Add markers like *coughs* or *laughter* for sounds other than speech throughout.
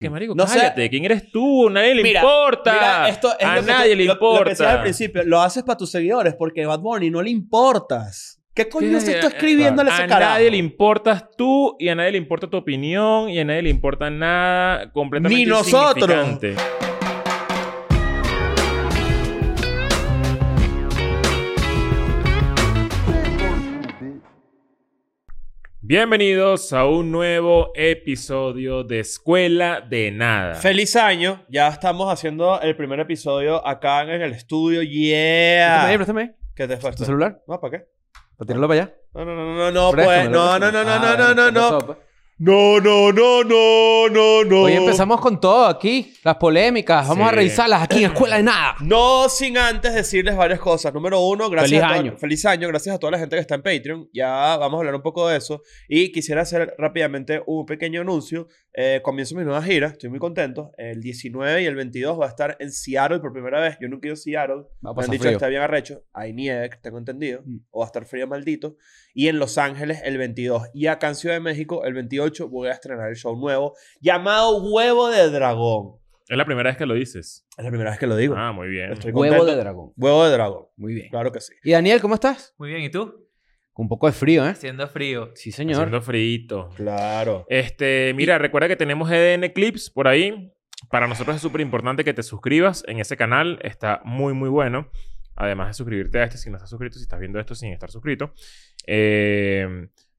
Que marico, No sé. cállate. ¿Quién eres tú? Nadie le Mira, importa. Mira, esto es a lo que nadie tú- le lo- importa. Lo que decías al principio, lo haces para tus seguidores porque Bad Bunny no le importas. ¿Qué coño Sí, estás tú eh, escribiéndole a ese a carajo? nadie le importas tú y a nadie le importa tu opinión y a nadie le importa nada completamente Ni nosotros. insignificante. Bienvenidos a un nuevo episodio de Escuela de Nada. Feliz año. Ya estamos haciendo el primer episodio acá en el estudio. Yeah. Préstame, préstame. ¿Qué te fue? ¿Tu celular? No, ¿para qué? ¿Para tirarlo para allá? No, no, no, no, no, pues. Préstamelo, No, no, no, no, no, préstamelo. Ah, no, no, bueno, ¿qué no. Uh. pasó, pues? No, no, no, no, no, no. Hoy empezamos con todo aquí. Las polémicas. Vamos Sí. a revisarlas aquí en *laughs* Escuela de Nada. No sin antes decirles varias cosas. Número uno, gracias Feliz a toda- año. feliz año, gracias a toda la gente que está en Patreon. Ya vamos a hablar un poco de eso. Y quisiera hacer rápidamente un pequeño anuncio. Eh, comienzo mi nueva gira, estoy muy contento. El 19 y el 22 voy a estar en Seattle por primera vez. Yo nunca he ido a Seattle. Va a Me han pasar dicho que frío. está bien arrecho. Hay nieve, tengo entendido. Mm. O va a estar frío maldito. Y en Los Ángeles el 22. Y acá en Ciudad de México el 28 voy a estrenar el show nuevo llamado Huevo de Dragón. Es la primera vez que lo dices. Es la primera vez que lo digo. Ah, muy bien. Estoy Huevo contento. de dragón. Huevo de Dragón. Muy bien. Claro que sí. ¿Y Daniel, cómo estás? Muy bien, ¿y tú? Con un poco de frío, ¿eh? Haciendo frío. Sí, señor. Haciendo frito. Claro. Este, mira, recuerda que tenemos EDN Clips por ahí. Para nosotros es súper importante que te suscribas en ese canal. Está muy, muy bueno. Además de suscribirte a este si no estás suscrito, si estás viendo esto sin estar suscrito. Eh,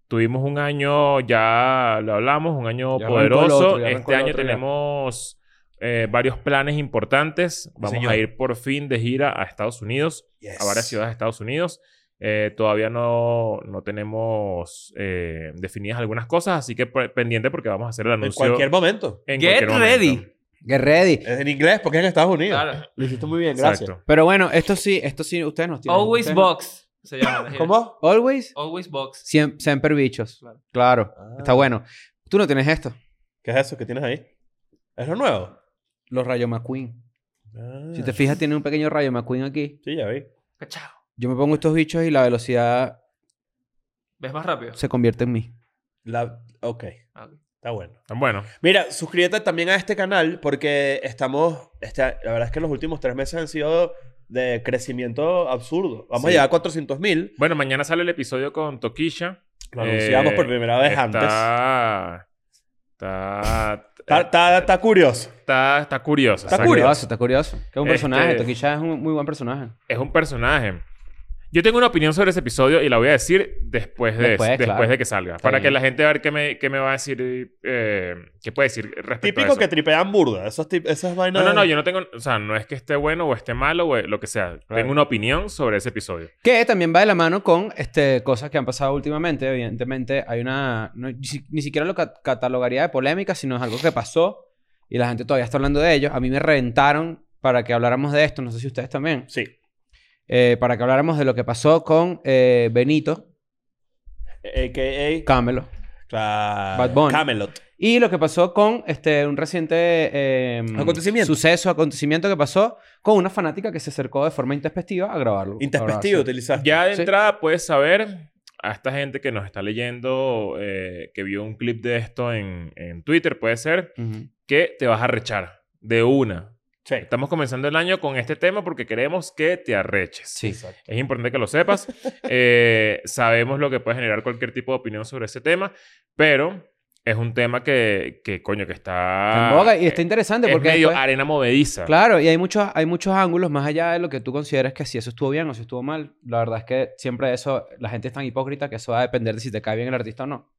tuvimos un año, ya lo hablamos, un año Ya arrancó el poderoso. otro, ya arrancó este el año otro ya. tenemos eh, varios planes importantes. Vamos señor. a ir por fin de gira a Estados Unidos a varias ciudades de Estados Unidos. Eh, todavía no, no tenemos eh, definidas algunas cosas, así que pe- pendiente porque vamos a hacer el En anuncio. cualquier momento. en Get cualquier momento. ready. Get ready. Es en inglés porque es en Estados Unidos. Claro. Lo hiciste muy bien, gracias. Exacto. Pero bueno, esto sí, esto sí, ustedes nos tienen. Always ustedes nos- box. *coughs* Se llama. la gira. ¿Cómo? Always. Always box. Siem- siempre bichos. Claro. Claro. Ah. Está bueno. Tú no tienes esto. ¿Qué es eso que tienes ahí? ¿Es lo nuevo? Los Rayo McQueen. Ah. Si te fijas, tiene un pequeño Rayo McQueen aquí. Sí, ya vi. Cachao. Yo me pongo estos bichos y la velocidad ¿Ves más rápido? se convierte en mí. La... Ok. Ah, ok. Está bueno. Tan bueno. Mira, suscríbete también a este canal porque estamos... este, la verdad es que los últimos tres meses han sido de crecimiento absurdo. Vamos a Sí. llegar a 400 mil. Bueno, mañana sale el episodio con Toquilla. Lo anunciamos por primera vez está, antes. Está. Está. Está, está, está curioso. está- está curioso. Está exacto. curioso. Está curioso. Que es un Este- personaje. Toquilla es un muy buen personaje. Es un personaje. Yo tengo una opinión sobre ese episodio y la voy a decir después de, Después, después claro. de que salga. Está para bien. que la gente vea qué me, qué me va a decir, eh, qué puede decir respecto a Típico eso. que tripean burda. Esas, tip- esas vainas... No, no, no, yo no tengo, o sea, no es que esté bueno o esté malo o lo que sea. Tengo una opinión sobre ese episodio. Que también va de la mano con este, cosas que han pasado últimamente. Evidentemente, hay una. no- ni, si- ni siquiera lo ca- catalogaría de polémica, sino es algo que pasó y la gente todavía está hablando de ello. A mí me reventaron para que habláramos de esto, no sé si ustedes también. Sí. eh, para que habláramos de lo que pasó con eh, Benito A.K.A. Camelo Claro. Bad Bunny. Camelot. y lo que pasó con este, un reciente eh, Acontecimiento. suceso, acontecimiento que pasó con una fanática que se acercó de forma intempestiva a grabarlo. a Intempestivo grabarse. utilizaste. Ya de Sí. entrada puedes saber a esta gente que nos está leyendo, eh, que vio un clip de esto en, en Twitter, puede ser, Ujú. que te vas a rechar de una. Sí. Estamos comenzando el año con este tema porque queremos que te arreches. Sí. Es importante que lo *laughs* sepas. Eh, sabemos lo que puede generar cualquier tipo de opinión sobre ese tema, pero es un tema que, que coño, que está... En boga, y está interesante Ah, eh, es porque medio después- arena movediza. Claro, y hay muchos, hay muchos ángulos más allá de lo que tú consideras que si eso estuvo bien o si estuvo mal. La verdad es que siempre eso, la gente es tan hipócrita que eso va a depender de si te cae bien el artista o no.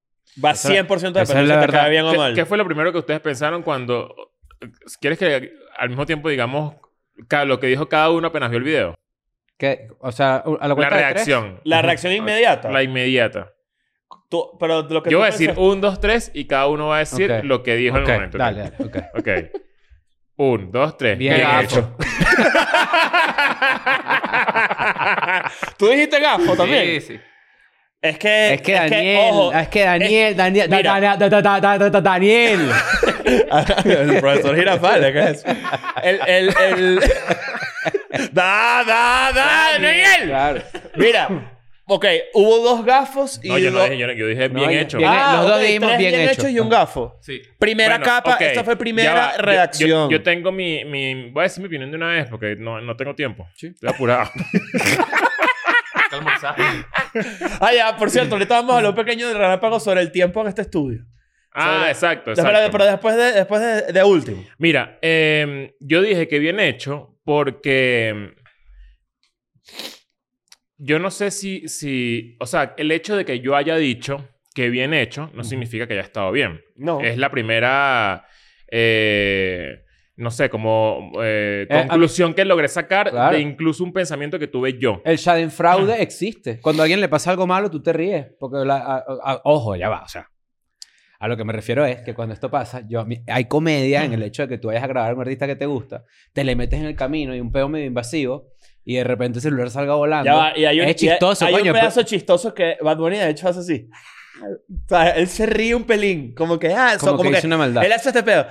Va 100% Esa- de esa es dependencia la te verdad. cae bien o ¿Qué- mal. ¿Qué, fue lo primero que ustedes pensaron cuando... ¿Quieres que al mismo tiempo digamos ca- lo que dijo cada uno apenas vio el video? Que, o sea, a la La cuenta de tres, reacción. La reacción inmediata. La inmediata. Tú- pero lo que Yo tú voy a decir pensaste- un, dos, tres y cada uno va a decir Ok. lo que dijo en Ok, el momento. Dale, dale, ok. Ok. Un, dos, tres. Bien hecho. Tú dijiste gafo Sí, también. sí. Eh, Es que. Es que Daniel, ojo, *laughs* es que Daniel, Daniel, da- mira. da- da- da- da- da- da- da- Daniel. Ah, el profesor Girafales, ¿qué es? El. el, *laughs* el... da, da, da, Daniel. Claro. Mira, Ok, hubo dos gafos y No, yo no dos- dije, yo, no- yo dije No, bien yo- hecho. bien- Ah, Los dos ok, dijimos tres bien hecho. hechos y un gafo. Sí. Primera Bueno, capa, ok, esta fue ya primera va. Yo- redacción. Yo, yo tengo mi, mi. Voy a decir mi opinión de una vez porque no, no tengo tiempo. Sí. Estoy *laughs* apurado. Está almorzado. Ah, ya, por cierto, ahorita vamos a hablar un pequeño de relámpago sobre el tiempo en este estudio. ah, Sobre- exacto. Pero- exacto. Pero después de, después de, de último. Mira, eh, yo dije que bien hecho porque em, yo no sé si, si, o sea, el hecho de que yo haya dicho que bien hecho no significa que haya estado bien. No. Es la primera, eh, no sé, como eh, Eh, a mí- conclusión que logré sacar Claro. de incluso un pensamiento que tuve yo. El Ah. Schadenfraude existe. Cuando a alguien le pasa algo malo, tú te ríes. Porque, la- a- a- ojo, ya va. O sea, a lo que me refiero es que cuando esto pasa, yo, a mí- hay comedia Mm. en el hecho de que tú vayas a grabar a un artista que te gusta, te le metes en el camino y un pedo medio invasivo y de repente el celular salga volando. Ya va, y hay un, es y chistoso, hay, hay coño. un pedazo chistoso que Bad Bunny de hecho hace así. O sea, él se ríe un pelín. Como que, ah, pero- eso, como, que, dice una maldad. Él hace este pedo.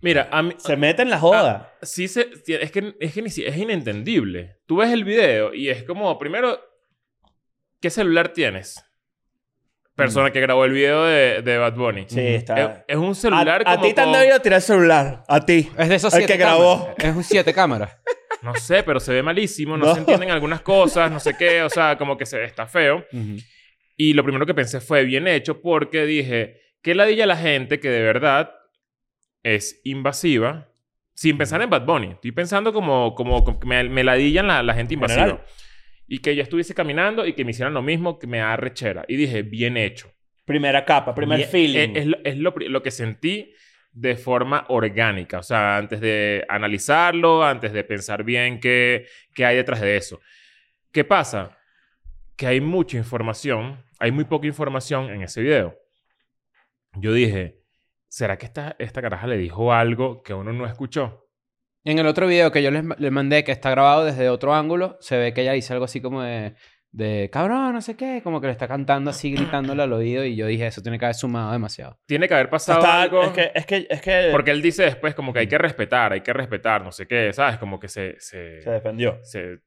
Mira, a mí, Se mete en la joda. Ah, sí se, es que, es que ni si- es inentendible. Tú ves el video y es como, primero, ¿qué celular tienes? Persona que grabó el video de, de Bad Bunny. Mm. Sí, Es, está. es un celular a, a como ti te han con- debido tirar el celular. A ti. Es de esos El siete que grabó. cámaras. Es un siete cámaras. No sé, pero se ve malísimo, *laughs* no, No. se entienden algunas cosas, no sé qué, o sea, como que se está feo. Y lo primero que pensé fue bien hecho porque dije, ¿qué ladilla la gente que de verdad es invasiva? Sin pensar en Bad Bunny. Estoy pensando como, como, como que me, me ladillan la, la gente invasiva. general. Y que yo estuviese caminando y que me hicieran lo mismo que me da rechera. Y dije, bien hecho. Primera capa, primer Bien- feeling. Es, es lo, es lo pri- lo que sentí de forma orgánica. O sea, antes de analizarlo, antes de pensar bien qué, qué hay detrás de eso. ¿Qué pasa? Que hay mucha información, hay muy poca información en ese video. Yo dije, ¿será que esta, esta caraja le dijo algo que uno no escuchó? En el otro video que yo les, ma- les mandé, que está grabado desde otro ángulo, se ve que ella dice algo así como de, de cabrón, no sé qué, como que le está cantando así, gritándole al oído, y yo dije, eso tiene que haber sumado demasiado. Tiene que haber pasado Está- algo. es que, es que, es que Porque él dice después como que hay que respetar, hay que respetar, no sé qué, ¿sabes? Como que se... se- se defendió. se-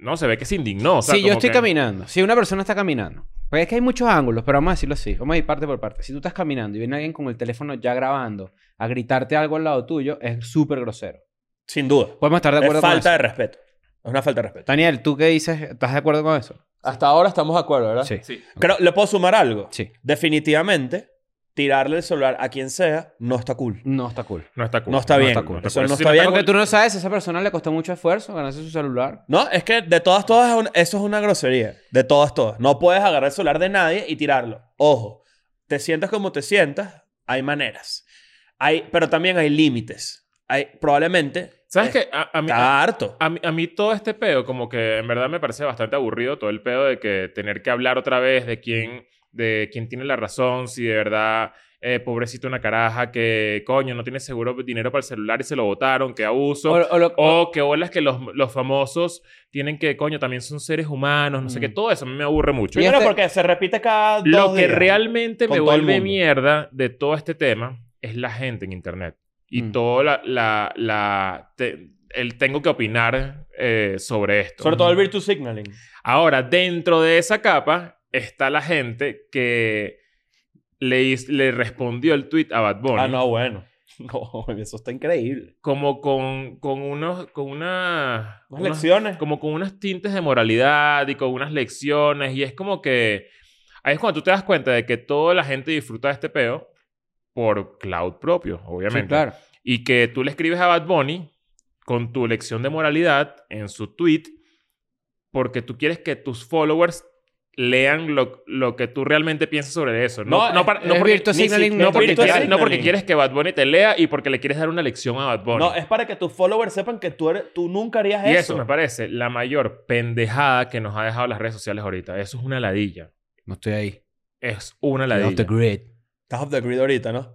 no, se ve que se indignó. o sea, si yo como estoy que- caminando, si una persona está caminando, pues es que hay muchos ángulos, pero vamos a decirlo así, vamos a ir parte por parte. Si tú estás caminando y viene alguien con el teléfono ya grabando a gritarte algo al lado tuyo, es súper grosero. Sin duda. Podemos estar de Es acuerdo con falta eso. de respeto. Es una falta de respeto. Daniel, ¿tú qué dices? ¿Estás de acuerdo con eso? Hasta ahora estamos de acuerdo, ¿verdad? Sí. Sí. Creo- ¿Le puedo sumar algo? Sí. Definitivamente, tirarle el celular a quien sea no está cool. No está cool. No está cool. No está bien. Eso cool. no sí está bien. cool. Porque tú no sabes, a esa persona le costó mucho esfuerzo ganarse su celular. No, es que de todas, todas, es un- eso es una grosería. De todas, todas. No puedes agarrar el celular de nadie y tirarlo. Ojo, te sientas como te sientas, hay maneras. Hay, pero también hay límites. Hay, probablemente. ¿Sabes eh, qué? A, a mí, a, Está harto. a mí, a mí todo este pedo como que en verdad me parece bastante aburrido todo el pedo de que tener que hablar otra vez de quién, de quién tiene la razón, si de verdad... eh, pobrecito una caraja que coño no tiene seguro dinero para el celular y se lo botaron, que abuso. O- o lo- O que bolas que los, los famosos tienen que, coño, también son seres humanos, no sé Mm. qué. Todo eso a mí me aburre mucho. Y Primero este- porque se repite cada dos Lo que días. realmente Con me todo el vuelve mundo. mierda de todo este tema es la gente en internet. Y Mm. todo la... la, la- te- el tengo que opinar eh, sobre esto. Sobre todo el virtue signaling. Ahora, dentro de esa capa está la gente que le, his- le respondió el tweet a Bad Bunny. Ah, no, bueno. *laughs* No, eso está increíble. Como con, con unos... Con una, Unas unos- lecciones. como con unos tintes de moralidad y con unas lecciones. Y es como que. Ahí es cuando tú te das cuenta de que toda la gente disfruta de este peo por cloud propio, obviamente. Sí, claro. Y que tú le escribes a Bad Bunny con tu lección de moralidad en su tweet porque tú quieres que tus followers lean lo, lo que tú realmente piensas sobre eso. No, No, no, para- no Es porque, virtue ni signaling, siquiera- no porque virtue quieras- signaling. no porque quieres que Bad Bunny te lea y porque le quieres dar una lección a Bad Bunny. No, es para que tus followers sepan que tú, eres, tú nunca harías Y eso. eso me parece la mayor pendejada que nos ha dejado las redes sociales ahorita. Eso es una ladilla. No estoy ahí. Es una Off the ladilla. grid. Estás off the grid ahorita, ¿no?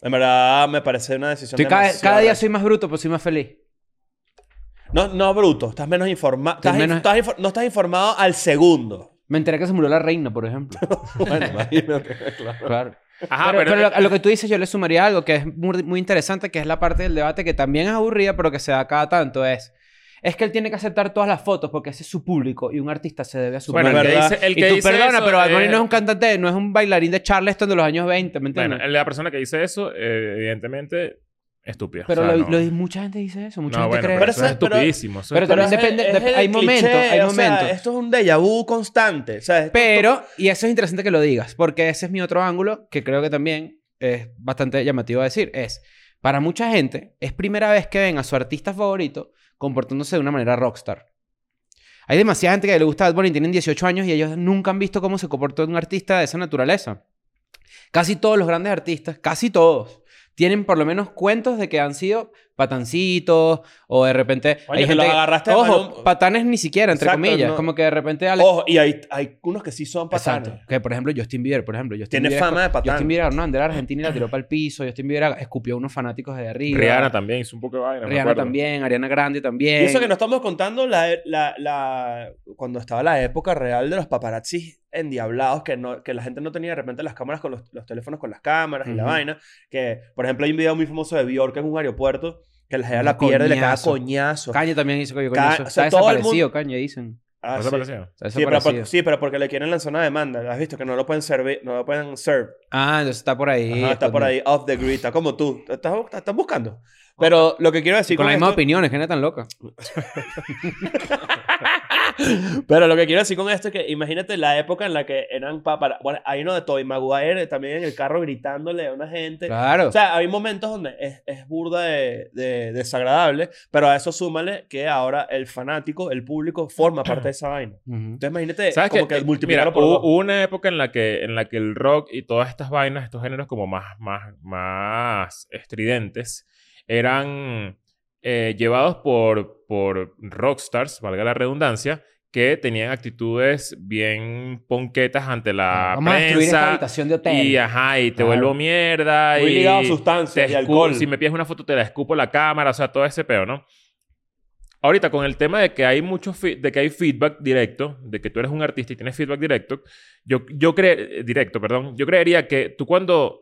En verdad, me parece una decisión Estoy cada, demasiado cada día arrecha. soy más bruto, pero soy más feliz. No, no, bruto. Estás menos informado. Estoy menos- no estás informado al *laughs* segundo. Me enteré que se murió la reina, por ejemplo. Bueno, imagínate, claro. *laughs* Claro. Ajá, pero Ah, pero, eh, pero lo- a lo que tú dices yo le sumaría algo que es muy, muy interesante, que es la parte del debate que también es aburrida, pero que se da cada tanto, es es que él tiene que aceptar todas las fotos porque ese es su público y un artista se debe a su Bueno, el ¿verdad? público. que dice, el que y tú dice perdona, eso, pero Bad Bunny eh, no es un cantante, no es un bailarín de Charleston de los años 20, ¿me entiendes? Bueno, la persona que dice eso, eh, evidentemente, estúpida. pero O sea, lo- no. lo- mucha gente dice eso, mucha No, gente bueno, cree pero eso. eso es Pero- estupidísimo. eso es pero también estupidísimo. depende- es- es dep- el hay momentos, hay o sea, momentos. esto es un déjà vu constante. O sea, esto- Pero, y eso es interesante que lo digas, porque ese es mi otro ángulo que creo que también es bastante llamativo a decir. Es, para mucha gente, es primera vez que ven a su artista favorito comportándose de una manera rockstar. Hay demasiada gente que le gusta Bad Bunny, tienen 18 años y ellos nunca han visto cómo se comportó un artista de esa naturaleza. Casi todos los grandes artistas, casi todos, tienen por lo menos cuentos de que han sido patancitos o de repente... Coño, que los que- agarraste de Ojo, mano- patanes ni siquiera, entre Exacto, comillas. no. Como que de repente... Alex- Ojo, y hay, hay unos que sí son Exacto. patanes. Que por ejemplo Justin Bieber, por ejemplo, Justin Tiene Bieber, fama de patán. Justin Bieber agarró una bandera argentina y la tiró para el piso, Justin Bieber escupió a unos fanáticos de arriba. Rihanna también hizo un poco de vaina. me Rihanna acuerdo. también, Ariana Grande también. Y eso que no estamos contando la, la, la- cuando estaba la época real de los paparazzis endiablados, que, no, que la gente no tenía de repente las cámaras con los, los teléfonos con las cámaras y la Ujú. vaina. Que, por ejemplo, hay un video muy famoso de Bjork en un aeropuerto que la gente Un la pierde y le caga coñazo. coñazo. Kanye también hizo Ca- que con eso. o Está sea, todo el desaparecido, Kanye, dicen. Ah, ¿No sí. te pareció? Está Sí, pero, por- desaparecido. sí, pero porque le quieren lanzar una demanda. ¿Has visto que no lo pueden servir, no lo pueden serve? Ah, entonces está por ahí. Ajá, está por ahí off the grid, está como tú. Estás, estás buscando. Pero lo que quiero decir con las esto- mismas opiniones, que no es tan loca. Pero lo que quiero decir con esto es que imagínate la época en la que eran papá. Bueno, hay uno de Toy Maguire también en el carro gritándole a una gente. Claro. O sea, hay momentos donde es, es burda de, de- desagradable, pero a eso súmale que ahora el fanático, el público, forma parte *clears throat* de esa vaina. Ujú. Entonces imagínate ¿Sabes como qué? que, Eh, multiplicarlo mira, por hubo, dos. hubo una época en la, que, en la que el rock y todas estas vainas, estos géneros como más, más, más estridentes, eran eh, llevados por, por rockstars, valga la redundancia, que tenían actitudes bien ponquetas ante la Vamos a destruir esta prensa. habitación de hotel. Y ajá, y te Claro. vuelvo mierda. Muy y ligado a te sustancias y escu- alcohol. Si me pides una foto, te la escupo la cámara, o sea, todo ese peo, ¿no? Ahorita, con el tema de que hay mucho fe- de que hay feedback directo, de que tú eres un artista y tienes feedback directo, yo, yo cre- eh, directo, perdón, yo creería que tú cuando.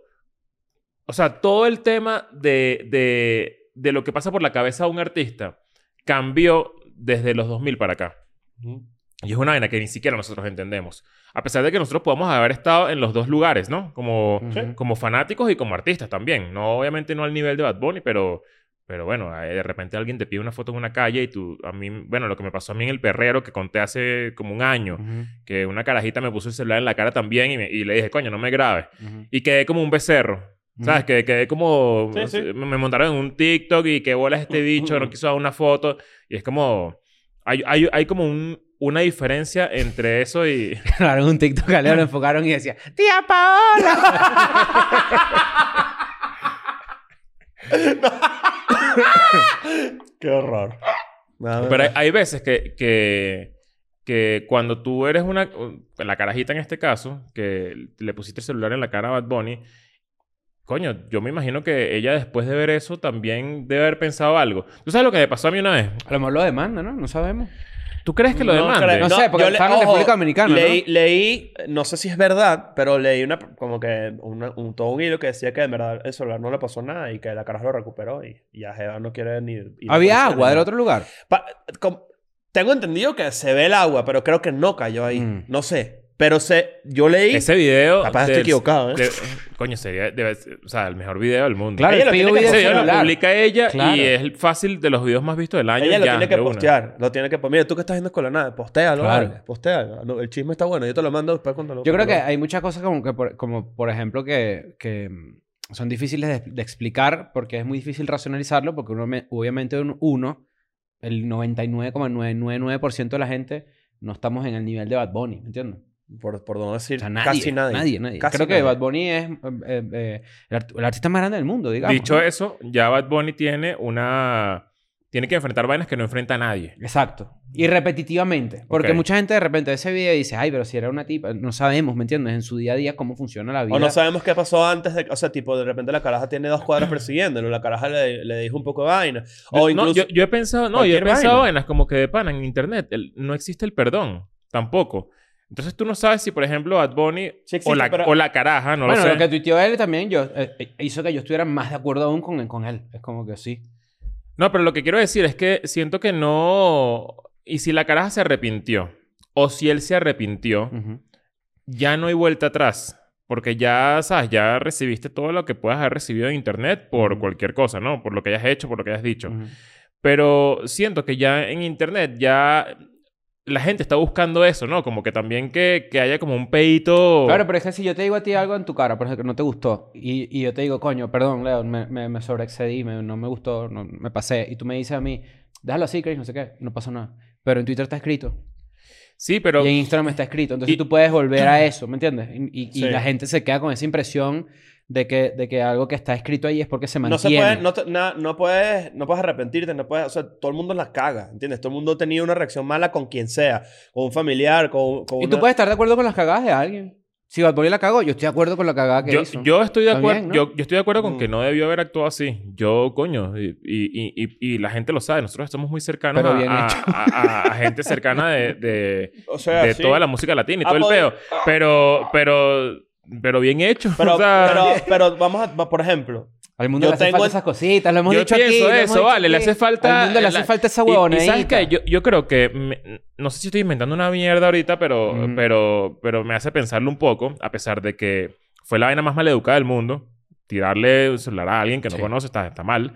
O sea, todo el tema de, de, de lo que pasa por la cabeza de un artista cambió desde los 2000 para acá. Y es una vaina que ni siquiera nosotros entendemos. A pesar de que nosotros podamos haber estado en los dos lugares, ¿no? Como, Ujú. Sí. como fanáticos y como artistas también. No, obviamente no al nivel de Bad Bunny, pero, pero bueno, eh, de repente alguien te pide una foto en una calle y tú, a mí, bueno, lo que me pasó a mí en el perrero que conté hace como un año, Ujú, que una carajita me puso el celular en la cara también y, me- y le dije, coño, no me grabes. *laughs* ujú. Y quedé como un becerro. ¿Sabes? Que quedé como... Sí, sí. Me, me montaron en un TikTok y qué bola es este bicho, no quiso dar una foto. Y es como... Hay, hay, hay como un- una diferencia entre eso y... Grabaron un TikTok, a Leo lo enfocaron y decía, ¡Tía *laughs* Paola! Qué horror. *laughs* Nada, Pero hay, hay veces que, que, que cuando tú eres una... La carajita en este caso, que le pusiste el celular en la cara a Bad Bunny, coño, yo me imagino que ella después de ver eso también debe haber pensado algo. ¿Tú sabes lo que me pasó a mí una vez? A lo mejor lo demanda, ¿no? No sabemos. ¿Tú crees que lo No demande? creo. No sé, porque yo estaba en República Dominicana, Leí, leí, no sé si es verdad, pero leí una, como que una- un, todo un hilo que decía que en verdad el celular no le pasó nada y que la caraja lo recuperó y y ya Jeva no quiere ni... ir a policía Había ni agua del nada. otro lugar. Pa- com- tengo entendido que se ve el agua, pero creo que no cayó ahí. Mm. No sé. Pero sé, yo leí... Ese video... Capaz estoy del- equivocado, ¿eh? de- coño, sería... debe ser- o sea, el mejor video del mundo. Claro, Ella el lo pido tiene que video Ese hacer, video lo celular. publica ella Claro. y es fácil de los videos más vistos del año. Ella lo ya, tiene que de una. postear, lo tiene que postear. Mira, tú que estás viendo con la nada, postéalo, Claro. vale, postéalo. No, el chisme está bueno, yo te lo mando después cuando lo Yo creo que cuando hay muchas cosas como, que por, como por ejemplo, que, que mm, son difíciles de, de explicar porque es muy difícil racionalizarlo porque uno, me- obviamente un- uno, el 99,999% de la gente no estamos en el nivel de Bad Bunny, ¿me entiendes? lo- Por, por no O decir sea, nadie, casi nadie. Nadie, nadie. Casi creo que nadie. Bad Bunny es eh, eh, eh, el, art- el artista más grande del mundo, digamos. Dicho ¿no? eso, ya Bad Bunny tiene una... Tiene que enfrentar vainas que no enfrenta a nadie. Exacto. Y repetitivamente. Porque Ok. mucha gente de repente ve ese video y dice, ay, pero si era una tipa, no sabemos, ¿me entiendes? En su día a día cómo funciona la vida. O no sabemos qué pasó antes de... O sea, tipo, de repente la caraja tiene dos cuadras persiguiéndolo. La caraja le, le dijo un poco de vaina. O No, incluso... yo, yo he pensado... No, yo he cualquier pensado vaina. vainas como que de pana en internet. el- no existe el perdón. Tampoco. Entonces tú no sabes si, por ejemplo, Bad Bunny Sí existe, o, la, pero- o la caraja, no bueno, lo sé. lo que tuiteó él también yo, eh, eh, hizo que yo estuviera más de acuerdo aún con, con él. Es como que sí. No, pero lo que quiero decir es que siento que no... Y si la caraja se arrepintió, o si él se arrepintió, Ujú. ya no hay vuelta atrás. Porque ya, sabes, ya recibiste todo lo que puedas haber recibido de internet por cualquier cosa, ¿no? Por lo que hayas hecho, por lo que hayas dicho. Ujú. Pero siento que ya en internet ya la gente está buscando eso, ¿no? Como que también que, que haya como un peito... Claro, pero es que si yo te digo a ti algo en tu cara, por ejemplo, que no te gustó, y, y yo te digo, coño, perdón, Leo, me, me, me sobreexcedí, me- no me gustó, no- me pasé, y tú me dices a mí, déjalo así, Chris, no sé qué, y no pasa nada. Pero en Twitter está escrito, Sí, pero... y en Instagram está escrito, entonces y- tú puedes volver a eso, ¿me entiendes? Y, y- y Sí. la gente se queda con esa impresión de que, de que algo que está escrito ahí es porque se No se mantiene. puede, no, te- na- no puedes, no puedes arrepentirte, no puedes, o sea, todo el mundo la caga, ¿entiendes? Todo el mundo ha tenido una reacción mala con quien sea, con un familiar, con, con Y una- tú puedes estar de acuerdo con las cagadas de alguien. Si Bad Bunny la cagó, yo estoy de acuerdo con la cagada que Yo, hizo. yo estoy de Está acuerdo. bien, ¿no? yo, yo estoy de acuerdo con Mm. que no debió haber actuado así. Yo, coño, y, y- y- y- y la gente lo sabe. Nosotros estamos muy cercanos Pero a, bien a- hecho. a- a- a gente cercana *laughs* de, de- o sea, Ah, de sí. toda la música latina y Ah, todo el poder- peo. Pero, pero, pero bien hecho. *laughs* Pero, o sea, pero, pero vamos a, va- por ejemplo, Al mundo Yo le hace tengo falta el- esas cositas, lo hemos yo dicho aquí. pienso lo hemos eso, dicho vale, le aquí. hace falta- Al mundo le hace la- falta esa Y- huevoneta. Y, sabes que yo, yo creo que, me- no sé si estoy inventando una mierda ahorita, pero, Ujú. pero, pero me hace pensarlo un poco, a pesar de que fue la vaina más maleducada del mundo. Tirarle un celular a alguien que no Sí. conoce está, está mal.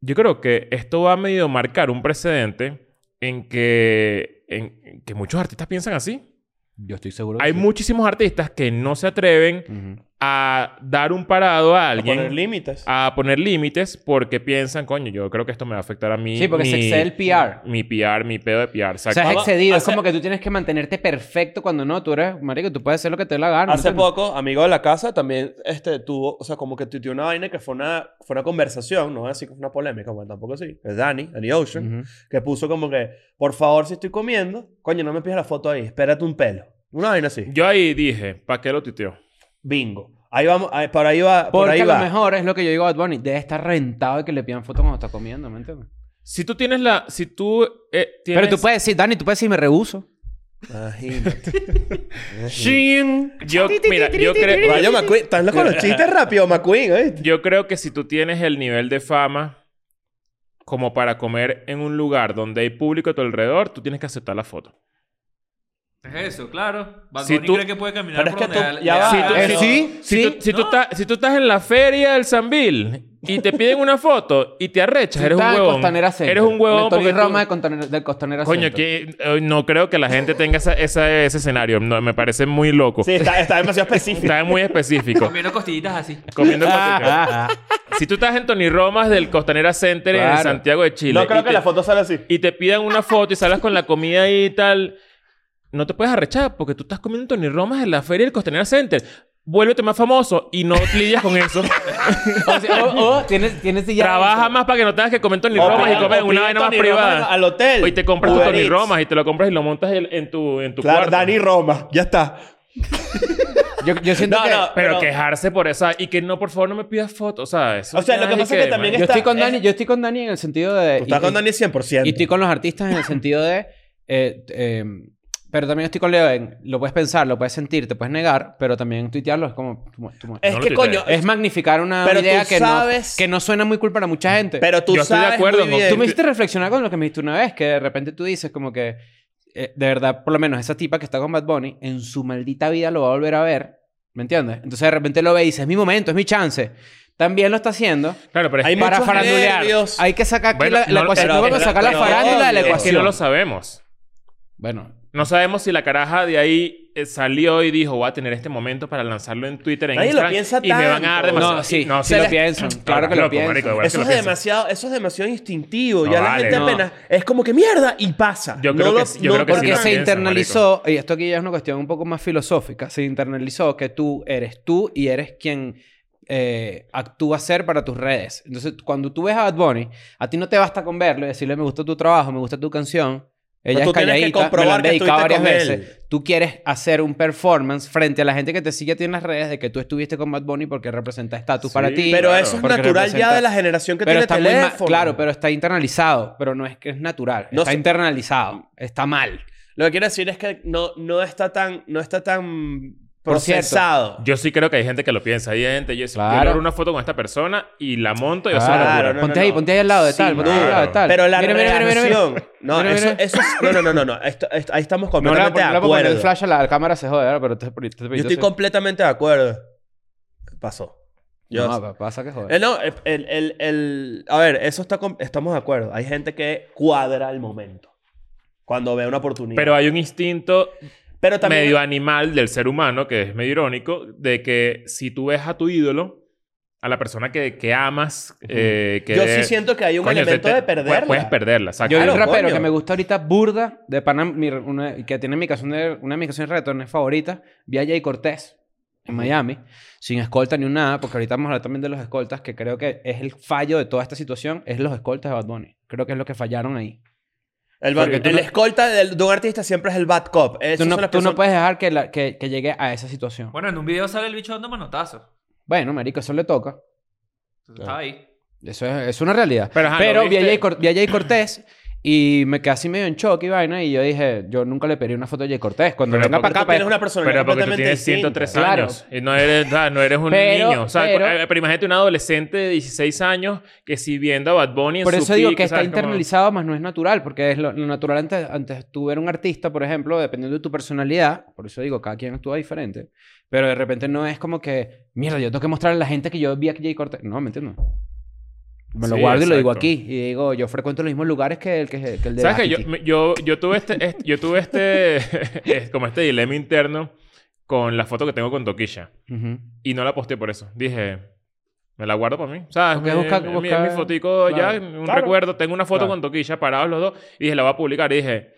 Yo creo que esto va a medio marcar un precedente en que, en, en que muchos artistas piensan así. Yo estoy seguro. que Hay sí. muchísimos artistas que no se atreven Ujú. a dar un parado a a alguien Ah, poner límites. a poner límites porque piensan, coño, yo creo que esto me va a afectar a mí. Sí, porque se mi- excede el PR. Mi PR, mi pedo de PR. O sea, es Exacto. Vamos a excedido. Es hacer- como que tú tienes que mantenerte perfecto cuando no. Tú eres, marico, tú puedes hacer lo que te dé la gana. Hace ¿entiendes? poco, amigo de la casa también este, tuvo, o sea, como que tuiteó una vaina que fue una, fue una conversación, no voy a decir que fue una polémica, bueno, tampoco así, es Dani, Dani Ocean, Ujú. que puso como que, por favor, si estoy comiendo, coño, no me pides la foto ahí, espérate un pelo. Una vaina así. Yo ahí dije, ¿para qué lo tuiteo? Bingo. Ahí vamos, ahí- por ahí va, por Porque ahí a lo va. mejor es lo que yo digo a Bad Bunny. Debe estar rentado de que le pidan fotos cuando está comiendo, ¿me entiendes? Si tú tienes la... Si tú eh, tienes... Pero tú puedes decir, Dani, tú puedes decir, me rehuso. *laughs* Imagínate. Shin. Yo, mira, yo, creo- Rayo McQueen, estás con los chistes rápido, McQueen, ¿oíste? yo creo que si tú tienes el nivel de fama como para comer en un lugar donde hay público a tu alrededor, tú tienes que aceptar la foto. Es eso, claro. Bad Si Bunny tú- cree que puede caminar Pero es por que donde tú- le- ya le- va. le- Ah, tú- le- eh, le- sí, Si, sí. tú, si tú No. estás, si tú estás en la feria del Sambil y te piden una foto y te arrechas, eres un Tú estás en huevón. Costanera Center. Eres un huevón En el Tony porque tú- Roma de Costanera- del Costanera Coño, Center. que, eh, no creo que la gente tenga esa- esa- ese escenario. No, me parece muy loco. Sí, está, está demasiado específico. Está muy específico. Comiendo costillitas así. Comiendo cotica. *laughs* Ah, ah, ah. Si tú estás en Tony Romas del Costanera Center en Claro. Santiago de Chile No creo y, que te, la foto sale así. y te pidan una foto y salgas con la comida y tal, no te puedes arrechar porque tú estás comiendo Tony Romas en la feria del Costanera Center. Vuélvete más famoso y no lidias con *laughs* eso. O, sea, o- o tienes, tienes silla Trabaja de- más para que no tengas que comer Tony O Romas y pide- comes en o una pide vaina más Tony Roma privada. Al hotel. Hoy te compras tu Uber Tony Eats. Romas y te lo compras y lo montas en, en tu, en tu Claro, cuarto. Dani Roma. Ya está. Yo, yo siento No, que... no. Pero, Pero- quejarse por esa... Y que no, por favor, no me pidas fotos. O sea, eso O sea, ya lo que pasa es que también Yo marico. Está- estoy con Dani, es- yo estoy con Dani en el sentido de. Tú estás y- con Dani y- 100%. Y estoy con los artistas en el sentido de. eh, eh, pero también estoy con Leo en. Lo puedes pensar, lo puedes sentir, te puedes negar, pero también tuitearlo es como. tú- tú- Es No lo que, coño, tuitees. es magnificar una Pero idea tú que, sabes- no, que no suena muy cool para mucha gente. pero tú Yo estoy de sabes acuerdo muy con- bien. Tú me hiciste reflexionar con lo que me dijiste una vez, que de repente tú dices como que, eh, de verdad, por lo menos esa tipa que está con Bad Bunny, en su maldita vida lo va a volver a ver, ¿me entiendes? Entonces de repente lo ve y dice, es mi momento, es mi chance. También lo está haciendo Claro, pero es Hay que- muchos para farandulear. nervios. Hay que sacar aquí Bueno, la, la no, ecuación. pero- Tengo que pero- sacar la pero farándula de obvio. la es que no ecuación. lo sabemos. Bueno, No sabemos si la caraja de ahí eh, salió y dijo, voy a tener este momento para lanzarlo en Twitter, en Nadie lo Instagram, piensa y me van a dar tanto. demasiado... no, sí, no, sí sí lo les- piensan. Claro que loco, lo piensan. marico, de verdad que Eso lo es, piensan. demasiado, eso es demasiado instintivo. No ya vale. la gente No. apenas. Es como que mierda y pasa. Yo creo No que lo- sí, yo no creo que sí porque Porque lo se- se piensan, internalizó, y esto aquí ya es una cuestión un poco más filosófica, se internalizó que tú eres tú y eres quien eh, actúa ser para tus redes. Entonces, cuando tú ves a Bad Bunny, a ti no te basta con verlo y decirle me gusta tu trabajo, me gusta tu canción. Ella tú es tienes que calladita, me la comprobar han que dedicado varias estuviste con veces. Tú quieres hacer un performance frente a la gente que te sigue a ti en las redes de que tú estuviste con Bad Bunny porque representa estatus Sí, para ti. Pero Claro, eso es porque natural ya representa- de la generación que Pero tiene está muy ma- teléfono. Claro, pero está internalizado. Pero no es que es natural. No está sé. internalizado. Está mal. Lo que quiero decir es que no, no, está tan, no está tan Por cierto. procesado. Yo sí creo que hay gente que lo piensa. Hay gente, yo, si Claro. quiero una foto con esta persona y la monto y va a ser una Claro, locura. no, ponte ahí, ponte ahí al lado de Sin tal, ponte ahí al duda. lado de tal. Pero la Mira, mira, mira, mira, mira. relación. No, Mira, eso, mira. eso es- no, no, no, no, no. Esto- esto- ahí estamos No la completamente no de la puedo poner acuerdo. el flash a la, a la cámara se jode, ahora, pero te, te, te- Yo estoy sé. completamente de acuerdo. Pasó. Yo- No, pa- pasa que jode. Eh, no, el, el- el- a ver, eso está com- estamos de acuerdo. Hay gente que cuadra el momento cuando ve una oportunidad. Pero hay un instinto Pero Ah, también medio animal del ser humano, que es medio irónico, de que si tú ves a tu ídolo, a la persona que, que amas, eh, que yo sí siento que hay un Coño, te- elemento te- de pu- perderla. Puedes perderla, exacto. Yo vi claro, un rapero coño. que me gusta ahorita, burda, de Panam, mi- una- que tiene mi canción de, una de mis canciones de reggaetón favoritas, vi a Jay Cortés en Miami, sin escolta ni un nada, porque ahorita vamos a hablar también de los escoltas, que creo que es el fallo de toda esta situación, es los escoltas de Bad Bunny. Creo que es lo que fallaron ahí. El, Porque el tú no- escolta del- de un artista siempre es el bad cop. Eh, Esas Tú no, son las tú no personas- puedes dejar que, la- que, que llegue a esa situación. Bueno, Bueno, en un video sale el bicho dando manotazos. marico, eso le toca. Entonces, Estaba ahí. Eso es, es una realidad. Pero, Pero, ajá, ¿lo vi, a viste? Jay Cor- vi a Jay Cortés y me quedé así medio en shock y vaina. Y yo dije, yo nunca le pedí una foto de Jay Cortés. Cuando Pero venga porque para acá, Tú tienes para... una personalidad Pero porque tú completamente tienes 103 distinta. años y no eres, ah, no eres un Pero- niño. O sea, pero- eh, pero imagínate un adolescente de 16 años que si viendo a Bad Bunny en Por su eso digo peak, que está ¿sabes? Como- internalizado, más no es natural. Porque es lo, lo natural antes, antes tú eres un artista, por ejemplo, dependiendo de tu personalidad. Por eso digo, cada quien actúa diferente. Pero de repente no es como que, mierda, yo tengo que mostrarle a la gente que yo vi a Jay Cortés. No, ¿me entiendes? Me lo Sí, guardo y lo digo exacto. aquí. Y digo, yo frecuento los mismos lugares que el, que, que el de ¿Sabes qué? Yo, Bakiti. me- yo, yo tuve este, este- yo tuve este, *laughs* es como este dilema interno con la foto que tengo con Toquilla. Ujú. Y no la posté por eso. Dije, me la guardo para mí. O sea, es Ok, mi, busca- mi- busca- mi fotico claro. ya, un Claro. recuerdo. Tengo una foto Claro. con Toquilla parados los dos. Y dije, la voy a publicar. Y dije,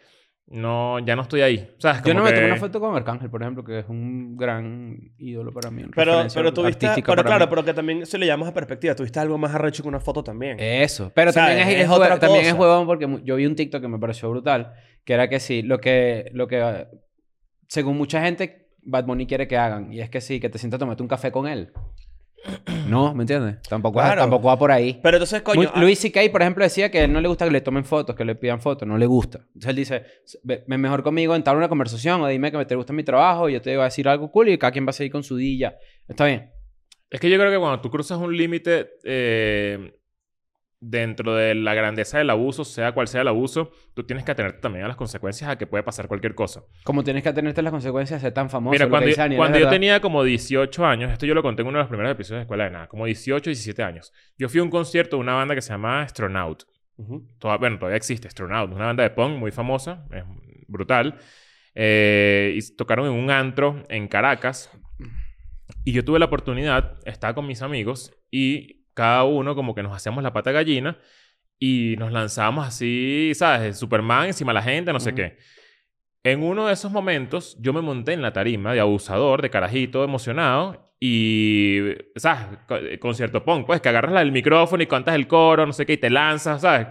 no, ya no estoy ahí. O sea, es Yo como no me que- tomé una foto con Arcángel, por ejemplo, que es un gran ídolo para mí. Pero, referencia pero tú viste- artística pero para claro, mí. pero que también se le llamas a perspectiva. Tuviste algo más arrecho que una foto también. Eh, Eso. Pero O sea, también, es, es es otra hue- también es cosa. huevón porque mu- yo vi un TikTok que me pareció brutal, que era que sí, lo que, lo que eh, según mucha gente, Bad Bunny quiere que hagan. Y es que sí, que te sientas a tomarte un café con él. No, ¿me entiendes? Tampoco, va- Claro. tampoco va por ahí. Pero entonces, coño. ah, Muy- Luis C.K., por ejemplo, decía que él no le gusta que le tomen fotos, que le pidan fotos, no le gusta. Entonces él dice, "Ve- ve mejor conmigo entablar una conversación o dime que me te gusta mi trabajo y yo te voy a decir algo cool y cada quien va a seguir con su dilla. Está bien. Es que yo creo que cuando tú cruzas un límite eh, dentro de la grandeza del abuso, sea cual sea el abuso, tú tienes que atenerte también a las consecuencias a que puede pasar cualquier cosa. Como tienes que atenerte a las consecuencias de ser tan famoso. Mira, lo cuando, yo- que dice Daniel, cuando es yo verdad. tenía como 18 años, esto yo lo conté en uno de los primeros episodios de Escuela de Nada, como 18, 17 años. Yo fui a un concierto de una banda que se llama Astronaut. Ujú. Toda- bueno, todavía existe Astronaut, una banda de punk muy famosa, es brutal. Eh, y tocaron en un antro en Caracas. Y yo tuve la oportunidad, estaba con mis amigos y cada uno como que nos hacíamos la pata gallina y nos lanzábamos así, ¿sabes? El Superman encima de la gente, no sé Ujú. qué. En uno de esos momentos yo me monté en la tarima de abusador, de carajito, emocionado y, ¿sabes? Co- eh, Concierto punk, pues que agarras la del micrófono y cantas el coro, no sé qué, y te lanzas, ¿sabes?